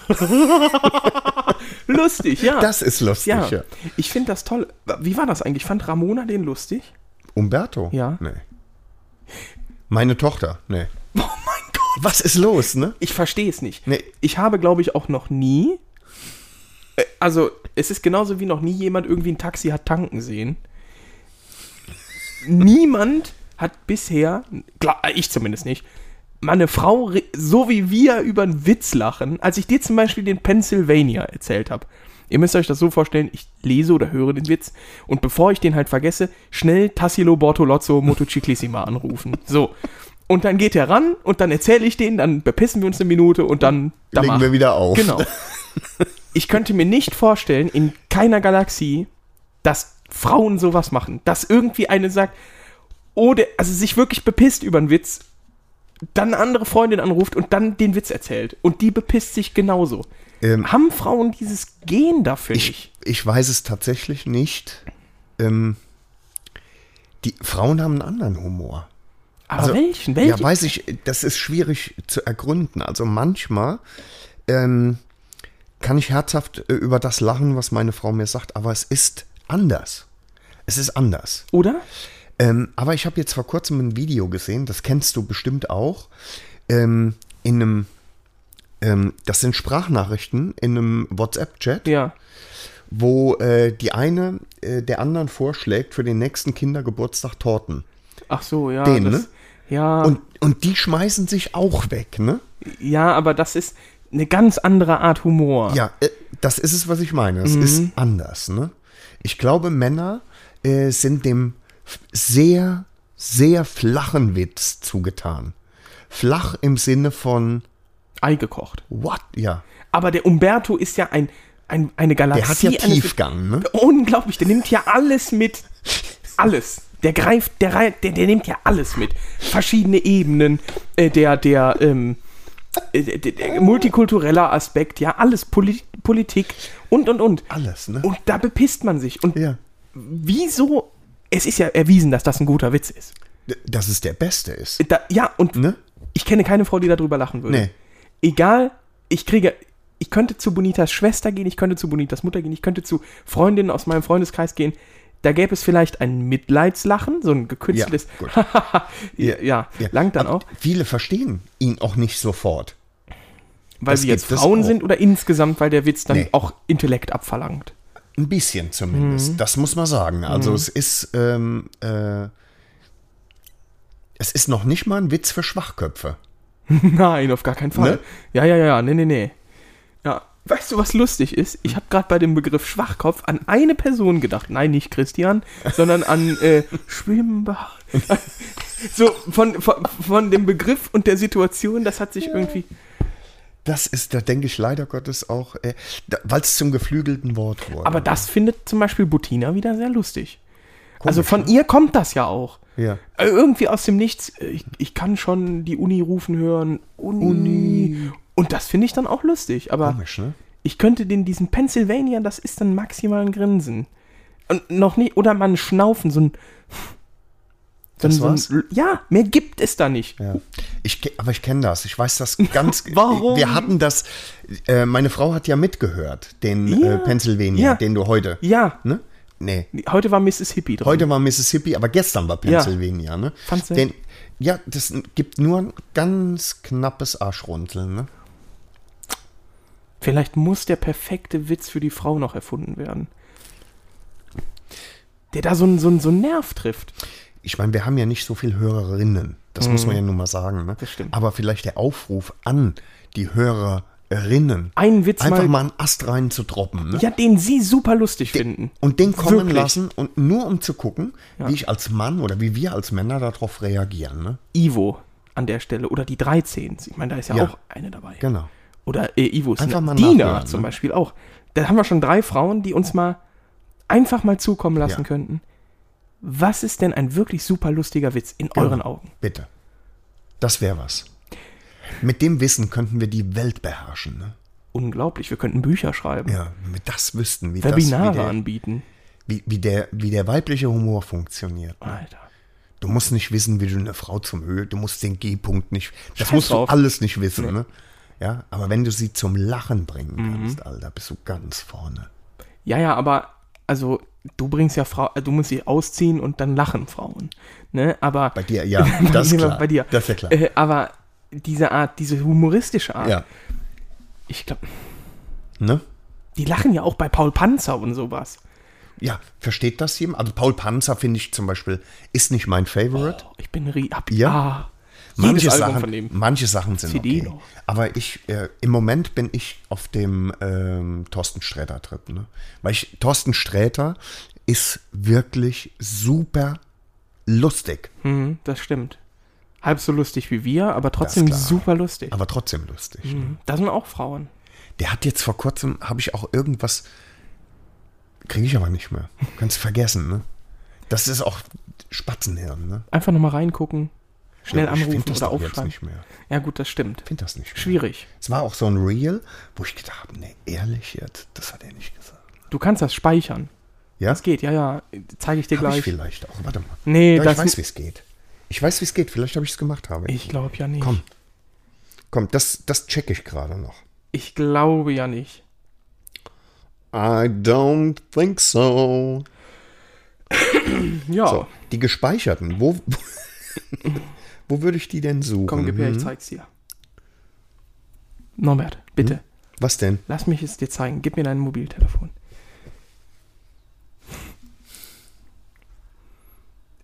S2: Lustig, ja.
S3: Das ist lustig.
S2: ja.
S3: Ja.
S2: Ich finde das toll. Wie war das eigentlich? Fand Ramona den lustig?
S3: Umberto?
S2: Ja.
S3: Nee. Meine Tochter? Nee. Oh mein Gott. Was ist los, ne?
S2: Ich verstehe es nicht.
S3: Nee.
S2: Ich habe, glaube ich, auch noch nie. äh, Also, es ist genauso wie noch nie jemand irgendwie ein Taxi hat tanken sehen. Niemand hat bisher, klar, ich zumindest nicht, mal eine Frau, ri- so wie wir, über einen Witz lachen. Als ich dir zum Beispiel den Pennsylvania erzählt habe. Ihr müsst euch das so vorstellen, ich lese oder höre den Witz und bevor ich den halt vergesse, schnell Tassilo Bortolozzo Motociclissima anrufen. So. Und dann geht er ran und dann erzähle ich den, dann bepissen wir uns eine Minute und dann
S3: Legen
S2: danach.
S3: wir wieder auf.
S2: Genau. Ich könnte mir nicht vorstellen, in keiner Galaxie, dass Frauen sowas machen. Dass irgendwie eine sagt, oder, also sich wirklich bepisst über einen Witz, dann eine andere Freundin anruft und dann den Witz erzählt. Und die bepisst sich genauso.
S3: Ähm,
S2: Haben Frauen dieses Gen dafür
S3: Ich,
S2: nicht?
S3: ich weiß es tatsächlich nicht. Ähm, die Frauen haben einen anderen Humor.
S2: Aber
S3: also-
S2: welchen? Welchen?
S3: Ja, weiß ich, das ist schwierig zu ergründen. Also manchmal ähm, kann ich herzhaft äh, über das lachen, was meine Frau mir sagt, aber es ist anders. Es ist anders.
S2: oder?
S3: Ähm, aber ich habe jetzt vor kurzem ein Video gesehen, das kennst du bestimmt auch, ähm, in einem, ähm, das sind Sprachnachrichten in einem WhatsApp-Chat,
S2: Ja.
S3: wo äh, die eine äh, der anderen vorschlägt, für den nächsten Kindergeburtstag Torten.
S2: Ach so, ja.
S3: Den,
S2: das,
S3: ne?
S2: Ja,
S3: Und, und die schmeißen sich auch weg, ne?
S2: ja, aber das ist eine ganz andere Art Humor.
S3: Ja, äh, das ist es, was ich meine. Es ist anders, ne? Ich glaube, Männer äh, sind dem f- sehr, sehr flachen Witz zugetan. Flach im Sinne von
S2: Ei gekocht.
S3: what? Ja.
S2: Aber der Umberto ist ja ein, ein, eine Galaxie.
S3: Der hat ja
S2: eines-
S3: Tiefgang, ne?
S2: Unglaublich, der nimmt ja alles mit. Alles. Der greift, der, rei- der, der nimmt ja alles mit. Verschiedene Ebenen, äh, der, der, ähm, äh, der, der, der multikultureller Aspekt, ja, alles, Poli Politik und, und, und.
S3: Alles, ne?
S2: Und da bepisst man sich. Und
S3: Ja.
S2: wieso? Es ist ja erwiesen, dass das ein guter Witz ist.
S3: D- Dass es der Beste ist.
S2: Da, ja, und
S3: Ne?
S2: ich kenne keine Frau, die darüber lachen würde.
S3: Nee.
S2: Egal, ich kriege, ich könnte zu Bonitas Schwester gehen, ich könnte zu Bonitas Mutter gehen, ich könnte zu Freundinnen aus meinem Freundeskreis gehen. Da gäbe es vielleicht ein Mitleidslachen, so ein gekünsteltes.
S3: gut.
S2: ja, ja, langt dann
S3: Aber
S2: auch,
S3: Viele verstehen ihn auch nicht sofort.
S2: weil
S3: das
S2: wir jetzt
S3: gibt es
S2: Frauen
S3: auch.
S2: sind oder insgesamt, weil der Witz dann
S3: Nee.
S2: auch Intellekt abverlangt.
S3: Ein bisschen
S2: Mhm.
S3: zumindest. Das muss man sagen. Also es ist, ähm, äh, es ist noch nicht mal ein Witz für Schwachköpfe.
S2: Nein, auf gar keinen Fall.
S3: Ne?
S2: Ja, ja, ja, ja, nee, nee, nee. Ja. Weißt du, was lustig ist? Ich habe gerade bei dem Begriff Schwachkopf an eine Person gedacht. Nein, nicht Christian, sondern an äh, Schwimmbad. so, von, von, von dem Begriff und der Situation, das hat sich irgendwie.
S3: Das ist, da denke ich leider Gottes auch, äh, weil es zum geflügelten Wort wurde.
S2: Aber das findet zum Beispiel Butina wieder sehr lustig. also
S3: Komisch, ne?
S2: von ihr kommt das ja auch.
S3: Ja.
S2: Äh, Irgendwie aus dem Nichts. äh, Ich, ich kann schon die Uni rufen hören. Uni. Und das finde ich dann auch lustig. Aber
S3: Komisch, ne?
S2: ich könnte den diesen Pennsylvania, das ist dann maximal ein Grinsen. Und noch nicht, oder mal ein Schnaufen, so ein. so ein-
S3: Das
S2: so ein-
S3: war's?
S2: ja, mehr gibt es da nicht.
S3: Ja. Ich, ke- aber ich kenne das. Ich weiß das ganz.
S2: Warum?
S3: Wir hatten das. Äh, meine Frau hat ja mitgehört, den
S2: Ja.
S3: äh, Pennsylvania,
S2: Ja.
S3: den du heute.
S2: Ja.
S3: Ne? Nee.
S2: Heute war Mississippi drin.
S3: Heute war Mississippi, aber gestern war
S2: Ja.
S3: Pennsylvania, ne?
S2: Fandst du?
S3: Den, ja, das gibt nur ein ganz knappes Arschrunzeln, ne?
S2: Vielleicht muss der perfekte Witz für die Frau noch erfunden werden. Der da so einen so einen- so einen Nerv trifft.
S3: Ich meine, wir haben ja nicht so viele Hörerinnen. Das muss man ja nun mal sagen, ne? Das
S2: Mhm. stimmt.
S3: Aber vielleicht der Aufruf an die Hörerinnen.
S2: Einen Witz
S3: Einfach
S2: Ah, mal-
S3: mal, einen Ast rein zu droppen, ne?
S2: Ja, den sie super lustig finden.
S3: Und den kommen
S2: Wirklich.
S3: lassen und nur um zu gucken, wie ich als Mann oder wie wir als Männer darauf reagieren, ne?
S2: Ivo an der Stelle. Oder die 13. Ich meine, da ist ja,
S3: Ja.
S2: auch eine dabei.
S3: Genau.
S2: Oder äh, Ivo
S3: Einfach
S2: Sna-
S3: mal
S2: Dina
S3: nachhören,
S2: zum
S3: ne?
S2: Beispiel auch. Da haben wir schon drei Frauen, die uns mal einfach mal zukommen lassen
S3: Ja.
S2: könnten. Was ist denn ein wirklich super lustiger Witz in
S3: Genau.
S2: euren Augen?
S3: Bitte. Das wäre was. Mit dem Wissen könnten wir die Welt beherrschen, ne?
S2: Unglaublich, wir könnten Bücher schreiben,
S3: Ja, wenn wir das wüssten, wie
S2: Webinare
S3: das,
S2: anbieten.
S3: wie der, wie, wie, der, wie der weibliche Humor funktioniert.
S2: Alter.
S3: Du musst nicht wissen, wie du eine Frau zum Höhe, du musst den G-Punkt nicht, das
S2: Scheiß
S3: musst
S2: drauf.
S3: du alles nicht wissen, ne? Ja, aber wenn du sie zum Lachen bringen
S2: Mhm.
S3: kannst, Alter, bist du ganz vorne.
S2: Ja, ja, aber also du bringst ja Frau, du musst sie ausziehen und dann lachen Frauen. Ne? Aber
S3: Bei dir, ja, das ist
S2: dir-
S3: klar.
S2: bei dir.
S3: Das ist ja klar.
S2: Äh, aber diese Art, diese humoristische Art,
S3: Ja,
S2: ich glaube,
S3: ne?
S2: die lachen ja auch bei Paul Panzer und sowas.
S3: Ja, versteht das jemand? Also Paul Panzer finde ich zum Beispiel, ist nicht mein Favorite.
S2: Oh, ich bin ri ab.
S3: Ja.
S2: Ja.
S3: manche,
S2: jedes Oh, Album
S3: Sachen,
S2: von dem.
S3: manche Sachen sind
S2: CD
S3: okay.
S2: noch.
S3: Aber ich, äh, im Moment bin ich auf dem ähm, Thorsten Sträter-Trip. Ne? Weil ich, Thorsten Sträter ist wirklich super lustig,
S2: Mhm, das stimmt. Halb so lustig wie wir, aber trotzdem
S3: klar.
S2: super lustig. Mhm.
S3: aber trotzdem lustig.
S2: Da sind auch Frauen.
S3: Der hat jetzt vor kurzem, habe ich auch irgendwas, kriege ich aber nicht mehr. Kannst vergessen, ne? Das ist auch Spatzenhirn, ne?
S2: Einfach nochmal reingucken, schnell
S3: ich
S2: anrufen
S3: find das
S2: oder
S3: doch jetzt
S2: aufschreiben.
S3: nicht mehr.
S2: Ja, gut, das stimmt.
S3: Find das nicht mehr.
S2: Schwierig.
S3: Es war auch so ein Reel, wo ich gedacht habe, nee, ehrlich jetzt, das hat er nicht gesagt.
S2: Du kannst das speichern.
S3: Ja,
S2: Das geht, ja, ja. Zeige ich dir
S3: Hab ich
S2: gleich.
S3: vielleicht auch. Warte mal.
S2: Nee,
S3: ja,
S2: das-
S3: ich weiß, wie es geht. Ich weiß, wie es geht. Vielleicht habe ich es gemacht, habe.
S2: Ich glaube ja nicht.
S3: Komm. Komm, das, das check ich gerade noch.
S2: Ich glaube ja nicht.
S3: I don't think so.
S2: Ja.
S3: So, die gespeicherten. Wo, wo würde ich die denn suchen?
S2: Komm, gib her, ich zeig's dir. Norbert,
S3: Hm?
S2: bitte,
S3: Was denn?
S2: lass mich es dir zeigen. Gib mir dein Mobiltelefon.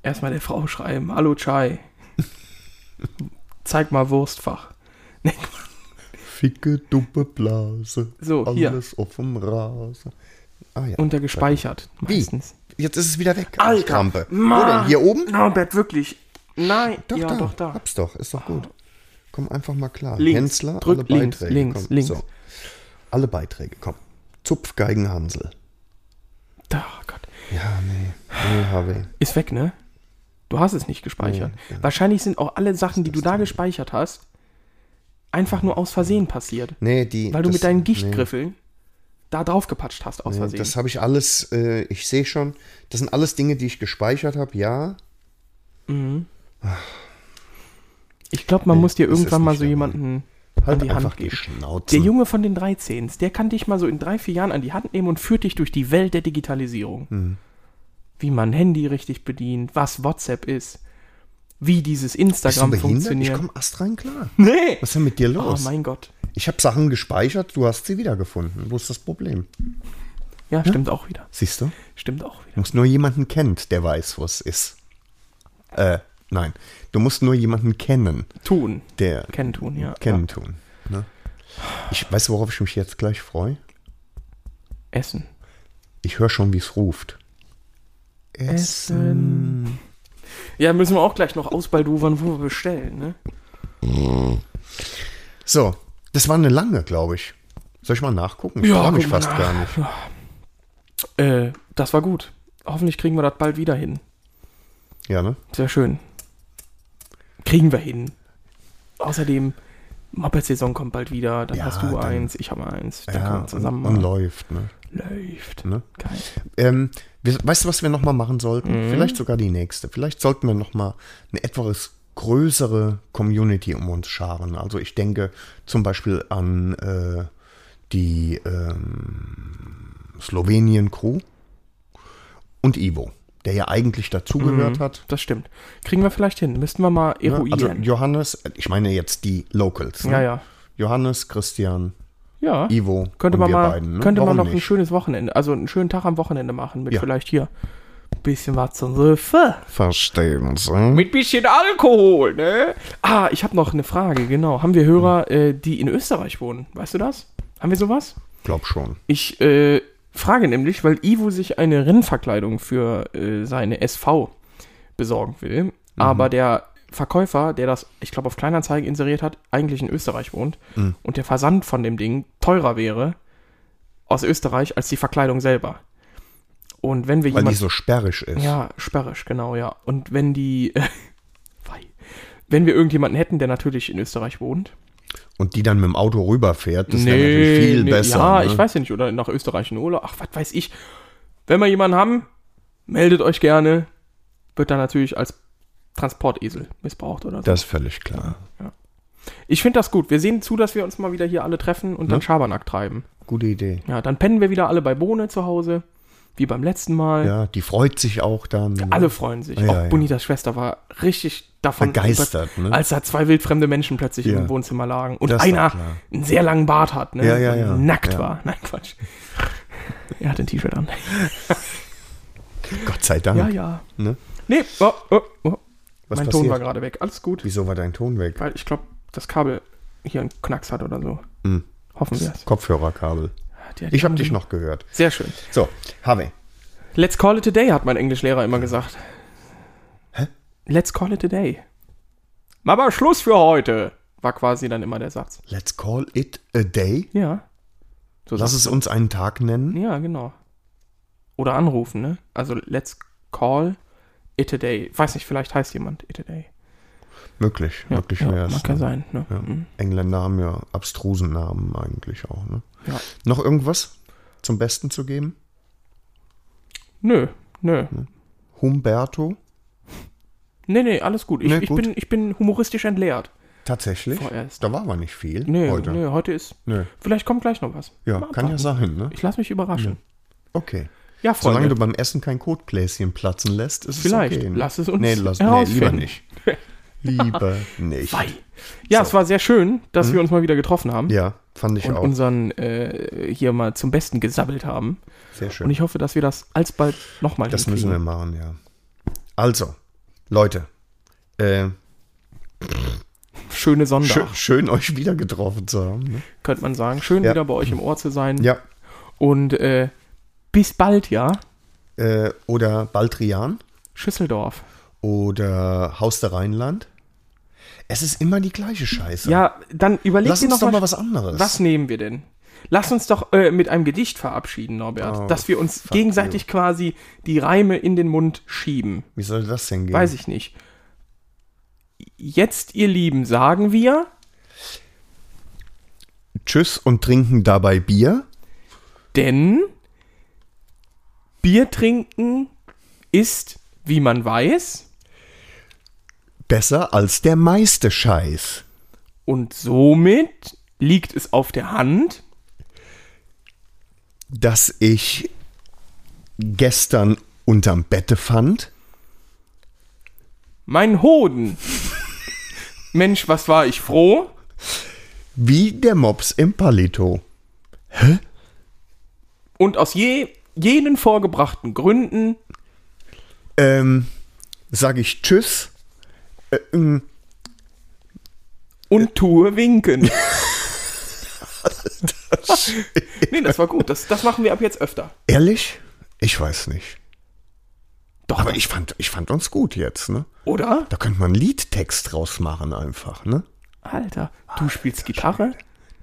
S2: Erstmal der Frau schreiben. Hallo, Chai. zeig mal Wurstfach. Nee,
S3: Ficke, dumme Blase.
S2: So, hier.
S3: Alles auf dem Rasen. Ah, ja.
S2: untergespeichert
S3: Wie?
S2: meistens.
S3: Jetzt ist es wieder weg.
S2: Alter,
S3: Krampe. Wo
S2: Mann.
S3: denn? Hier oben?
S2: Norbert, wirklich. Nein,
S3: Doch,
S2: ja,
S3: da.
S2: doch, da.
S3: Hab's doch. Ist doch gut. Komm einfach mal klar.
S2: Links.
S3: Hensler,
S2: Drück
S3: alle
S2: links,
S3: Beiträge.
S2: links,
S3: komm.
S2: links.
S3: So. Alle Beiträge, komm. Zupfgeigenhansel.
S2: Da, oh Gott.
S3: Ja, nee. Nee, HW.
S2: Ist weg, ne? Du hast es nicht gespeichert.
S3: genau.
S2: Wahrscheinlich sind auch alle Sachen, die du da gespeichert hast, einfach nur aus Versehen passiert.
S3: Nee, die.
S2: Weil du
S3: das-
S2: mit deinen Gichtgriffeln da drauf gepatscht hast aus
S3: Nee, nee,
S2: Versehen.
S3: das habe ich alles, äh, ich sehe schon, das sind alles Dinge, die ich gespeichert habe, ja.
S2: ich glaube, man
S3: nee,
S2: muss dir
S3: das ist
S2: irgendwann mal
S3: nicht
S2: so
S3: dabei.
S2: jemanden
S3: Halt
S2: an die
S3: einfach
S2: Hand
S3: die
S2: geben.
S3: Schnauze.
S2: Der Junge von den 13, der kann dich mal so in drei, vier Jahren an die Hand nehmen und führt dich durch die Welt der Digitalisierung.
S3: Mhm.
S2: Wie man ein Handy richtig bedient, was WhatsApp ist, wie dieses
S3: Bist du
S2: Instagram
S3: behindert? Ich
S2: funktioniert.
S3: komme astrein klar.
S2: Nee!
S3: Was ist denn mit dir
S2: Oh
S3: los?
S2: mein Gott.
S3: ich habe Sachen gespeichert, du hast sie wiedergefunden. Wo ist das Problem?
S2: Ja, stimmt auch wieder.
S3: Siehst du?
S2: Stimmt auch wieder.
S3: Du musst nur jemanden kennt, der weiß, wo es ist. Äh, nein. Du musst nur jemanden kennen,
S2: Tun.
S3: der
S2: Kennen tun, ja.
S3: kennen tun. Ne? Ich weiß, worauf ich mich jetzt gleich freue.
S2: Essen.
S3: Ich höre schon, wie es ruft.
S2: Essen. Ja, müssen wir auch gleich noch ausbaldufern, wo wir bestellen, ne?
S3: So, das war eine lange, glaube ich. Soll ich mal nachgucken? Ich
S2: Ja,
S3: trau mich
S2: guck mal
S3: fast
S2: nach.
S3: gar nicht.
S2: Äh, das war gut. Hoffentlich kriegen wir das bald wieder hin.
S3: Ja, ne?
S2: Sehr schön. Kriegen wir hin. Außerdem, Moped-Saison kommt bald wieder. Dann
S3: Ja,
S2: hast du
S3: dann-
S2: eins, ich habe eins. Dann können
S3: Ja,
S2: wir
S3: und,
S2: zusammen
S3: und
S2: mal.
S3: läuft, ne?
S2: Läuft.
S3: Ne?
S2: Geil.
S3: Ähm, wir, weißt du, was wir nochmal machen sollten?
S2: Mhm.
S3: Vielleicht sogar die nächste. Vielleicht sollten wir nochmal eine etwas größere Community um uns scharen. Also ich denke zum Beispiel an äh, die ähm, Slowenien-Crew und Ivo, der ja eigentlich dazugehört hat.
S2: Das stimmt. Kriegen wir vielleicht hin. Müssten wir mal
S3: Ne?
S2: eruieren.
S3: Also Johannes, äh, ich meine jetzt die Locals. Ne?
S2: ja, ja.
S3: Johannes, Christian,
S2: Ja.
S3: Ivo
S2: könnte
S3: und
S2: man
S3: wir
S2: mal,
S3: beiden. Ne?
S2: könnte man
S3: Warum
S2: noch ein
S3: nicht?
S2: schönes Wochenende, also einen schönen Tag am Wochenende machen mit
S3: Ja.
S2: vielleicht hier ein bisschen was zum Riffen.
S3: Verstehen Sie?
S2: Mit bisschen Alkohol, ne? Ah, ich habe noch eine Frage, genau. Haben wir Hörer, äh, die in Österreich wohnen? Weißt du das? Haben wir sowas?
S3: Glaub schon.
S2: Ich äh, frage nämlich, weil Ivo sich eine Rennverkleidung für äh, seine SV besorgen will,
S3: Mhm.
S2: aber der Verkäufer, der das, ich glaube, auf Kleinanzeigen inseriert hat, eigentlich in Österreich wohnt
S3: Mhm.
S2: und der Versand von dem Ding teurer wäre aus Österreich als die Verkleidung selber. Und wenn wir
S3: Weil die
S2: jemand-
S3: so sperrig ist.
S2: ja, sperrisch, genau, ja. Und wenn die. Wei. wenn wir irgendjemanden hätten, der natürlich in Österreich wohnt.
S3: Und die dann mit dem Auto rüberfährt, das wäre natürlich viel besser.
S2: Ja,
S3: ne?
S2: ich weiß ja nicht. Oder nach Österreich in Urlaub. Ach, was weiß ich. Wenn wir jemanden haben, meldet euch gerne. Wird dann natürlich als Transportesel missbraucht oder so.
S3: Das ist völlig klar.
S2: ich finde das gut. Wir sehen zu, dass wir uns mal wieder hier alle treffen und
S3: Ne?
S2: dann Schabernack treiben.
S3: Gute Idee.
S2: Ja, dann pennen wir wieder alle bei Bohne zu Hause. Wie beim letzten Mal.
S3: Ja, die freut sich auch dann. ne?
S2: Alle freuen sich.
S3: Ja,
S2: auch
S3: ja.
S2: Bonitas Schwester war richtig davon
S3: Begeistert,
S2: über-
S3: ne?
S2: als da zwei wildfremde Menschen plötzlich
S3: Ja.
S2: im Wohnzimmer lagen und
S3: Das ist
S2: einer
S3: doch klar.
S2: einen sehr langen Bart hat, ne?
S3: Ja, ja, ja.
S2: Und nackt
S3: Ja.
S2: war. Nein, Quatsch. Er hat ein T-Shirt an.
S3: Gott sei Dank.
S2: Ja, ja.
S3: Ne?
S2: Nee, oh, oh, oh.
S3: Was
S2: mein
S3: passiert?
S2: Ton war gerade weg. Alles gut.
S3: Wieso war dein Ton weg?
S2: Weil ich glaube, das Kabel hier einen Knacks hat oder so. Hoffen wir es.
S3: Kopfhörerkabel.
S2: Die
S3: Hm.
S2: hat
S3: Ich habe
S2: die-
S3: dich noch gehört.
S2: Sehr schön.
S3: So, Harvey.
S2: Let's call it a day, hat mein Englischlehrer immer gesagt. Hä? Let's call it a day. Mama, Schluss für heute, war quasi dann immer der Satz.
S3: Let's call it a day.
S2: Ja. So
S3: Lass es uns einen Tag nennen.
S2: Ja, genau. Oder anrufen, ne? Also let's call it a day. Weiß nicht, vielleicht heißt jemand it a day.
S3: Möglich, möglich
S2: ja,
S3: wär's,
S2: Mag ja
S3: ne?
S2: sein, ne?
S3: Ja. Engländer haben ja abstrusen Namen eigentlich auch. Ne?
S2: Ja.
S3: Noch irgendwas zum Besten zu geben?
S2: Nö, nö.
S3: Humberto?
S2: Nee, nee, alles gut. Ich,
S3: Nee,
S2: ich,
S3: gut.
S2: Bin, ich bin humoristisch entleert.
S3: Tatsächlich?
S2: Vorerst.
S3: Da war aber nicht viel
S2: Nee,
S3: heute.
S2: nee, heute ist.
S3: Nö.
S2: Vielleicht kommt gleich noch was.
S3: Ja,
S2: Mal
S3: kann ja
S2: abwarten.
S3: sein, ne?
S2: Ich lasse mich überraschen.
S3: Okay.
S2: Ja, Freunde.
S3: Solange du beim Essen kein Kotbläschen platzen lässt, ist
S2: Vielleicht.
S3: es okay. ne?
S2: Lass es uns
S3: Nee, lass, nee
S2: herausfinden.
S3: lieber nicht. Lieber nicht.
S2: Ei. Ja, es war sehr schön, dass wir uns mal wieder getroffen haben
S3: Hm? Ja, fand ich
S2: und
S3: auch.
S2: unseren äh, hier mal zum Besten gesabbelt haben.
S3: Sehr schön.
S2: Und ich hoffe, dass wir das alsbald nochmal
S3: das müssen wir machen, ja. Also, Leute, äh,
S2: schöne Sonntag,
S3: Schön, schön euch wieder getroffen zu haben. Ne?
S2: könnte man sagen. Schön
S3: Ja.
S2: wieder bei euch im Ohr zu sein.
S3: Ja.
S2: Und äh, bis bald, ja.
S3: Äh, oder Baldrian
S2: Schüsseldorf.
S3: oder Haus der Rheinland. Es ist immer die gleiche Scheiße.
S2: Ja, dann überleg
S3: Lass
S2: dir
S3: uns
S2: noch
S3: doch mal
S2: mal
S3: was anderes.
S2: Was nehmen wir denn? Lass uns doch äh, mit einem Gedicht verabschieden, Norbert.
S3: Oh,
S2: dass wir uns gegenseitig quasi die Reime in den Mund schieben.
S3: Wie soll das denn gehen?
S2: Weiß ich nicht. Jetzt, ihr Lieben, sagen wir
S3: Tschüss und trinken dabei Bier.
S2: Denn Bier trinken ist, wie man weiß,
S3: Besser als der meiste Scheiß.
S2: und somit liegt es auf der Hand,
S3: dass ich gestern unterm Bette fand.
S2: mein Hoden. Mensch, was war ich froh?
S3: Wie der Mops im Palito.
S2: Und aus je, jenen vorgebrachten Gründen
S3: Ähm, sag ich Tschüss. Äh, ähm,
S2: und tue winken. nee, das war gut. Das, das machen wir ab jetzt öfter.
S3: ehrlich? Ich weiß nicht.
S2: Doch,
S3: Aber ich fand, ich fand uns gut jetzt, ne?
S2: oder?
S3: Da könnte man einen Liedtext draus machen einfach, ne?
S2: Alter, du spielst Gitarre,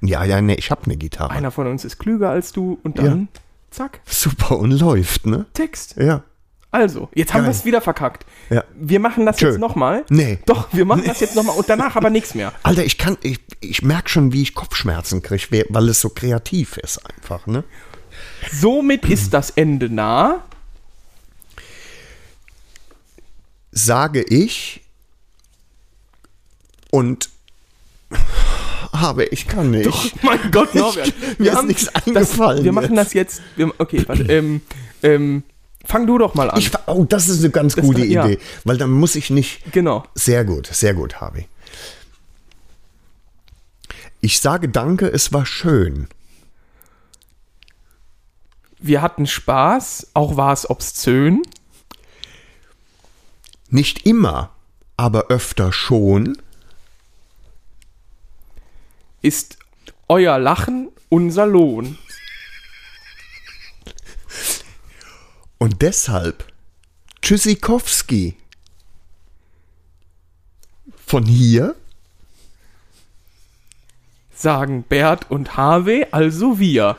S3: Ja, ja, ne, ich hab eine Gitarre.
S2: einer von uns ist klüger als du und dann, zack,
S3: Super und läuft, ne?
S2: Text.
S3: Ja.
S2: Also, jetzt haben wir
S3: Geil.
S2: es wieder verkackt.
S3: Ja.
S2: Wir machen das
S3: Tschö.
S2: jetzt nochmal.
S3: Nee.
S2: Doch, wir machen das jetzt nochmal und danach aber nichts mehr.
S3: Alter, ich kann, ich, ich merk schon, wie ich Kopfschmerzen kriege, weil es so kreativ ist einfach, ne?
S2: Somit ist das Ende nah.
S3: sage ich und habe ich kann nicht.
S2: Oh Mein Gott, Norbert.
S3: Ich- mir ist nichts eingefallen
S2: Das, wir machen das jetzt. Wir, okay, warte. Ähm, ähm, fang du doch mal an.
S3: Ich, fa- oh, das ist eine ganz gute
S2: kann- ja.
S3: Idee, weil dann muss ich nicht.
S2: genau.
S3: Sehr gut, sehr gut, Harvey. Ich sage Danke, es war schön.
S2: Wir hatten Spaß, auch war es obszön.
S3: Nicht immer, aber öfter schon.
S2: Ist euer Lachen unser Lohn.
S3: Und deshalb Tschüssikowski. Von hier
S2: Sagen Bert und Harvey, also wir.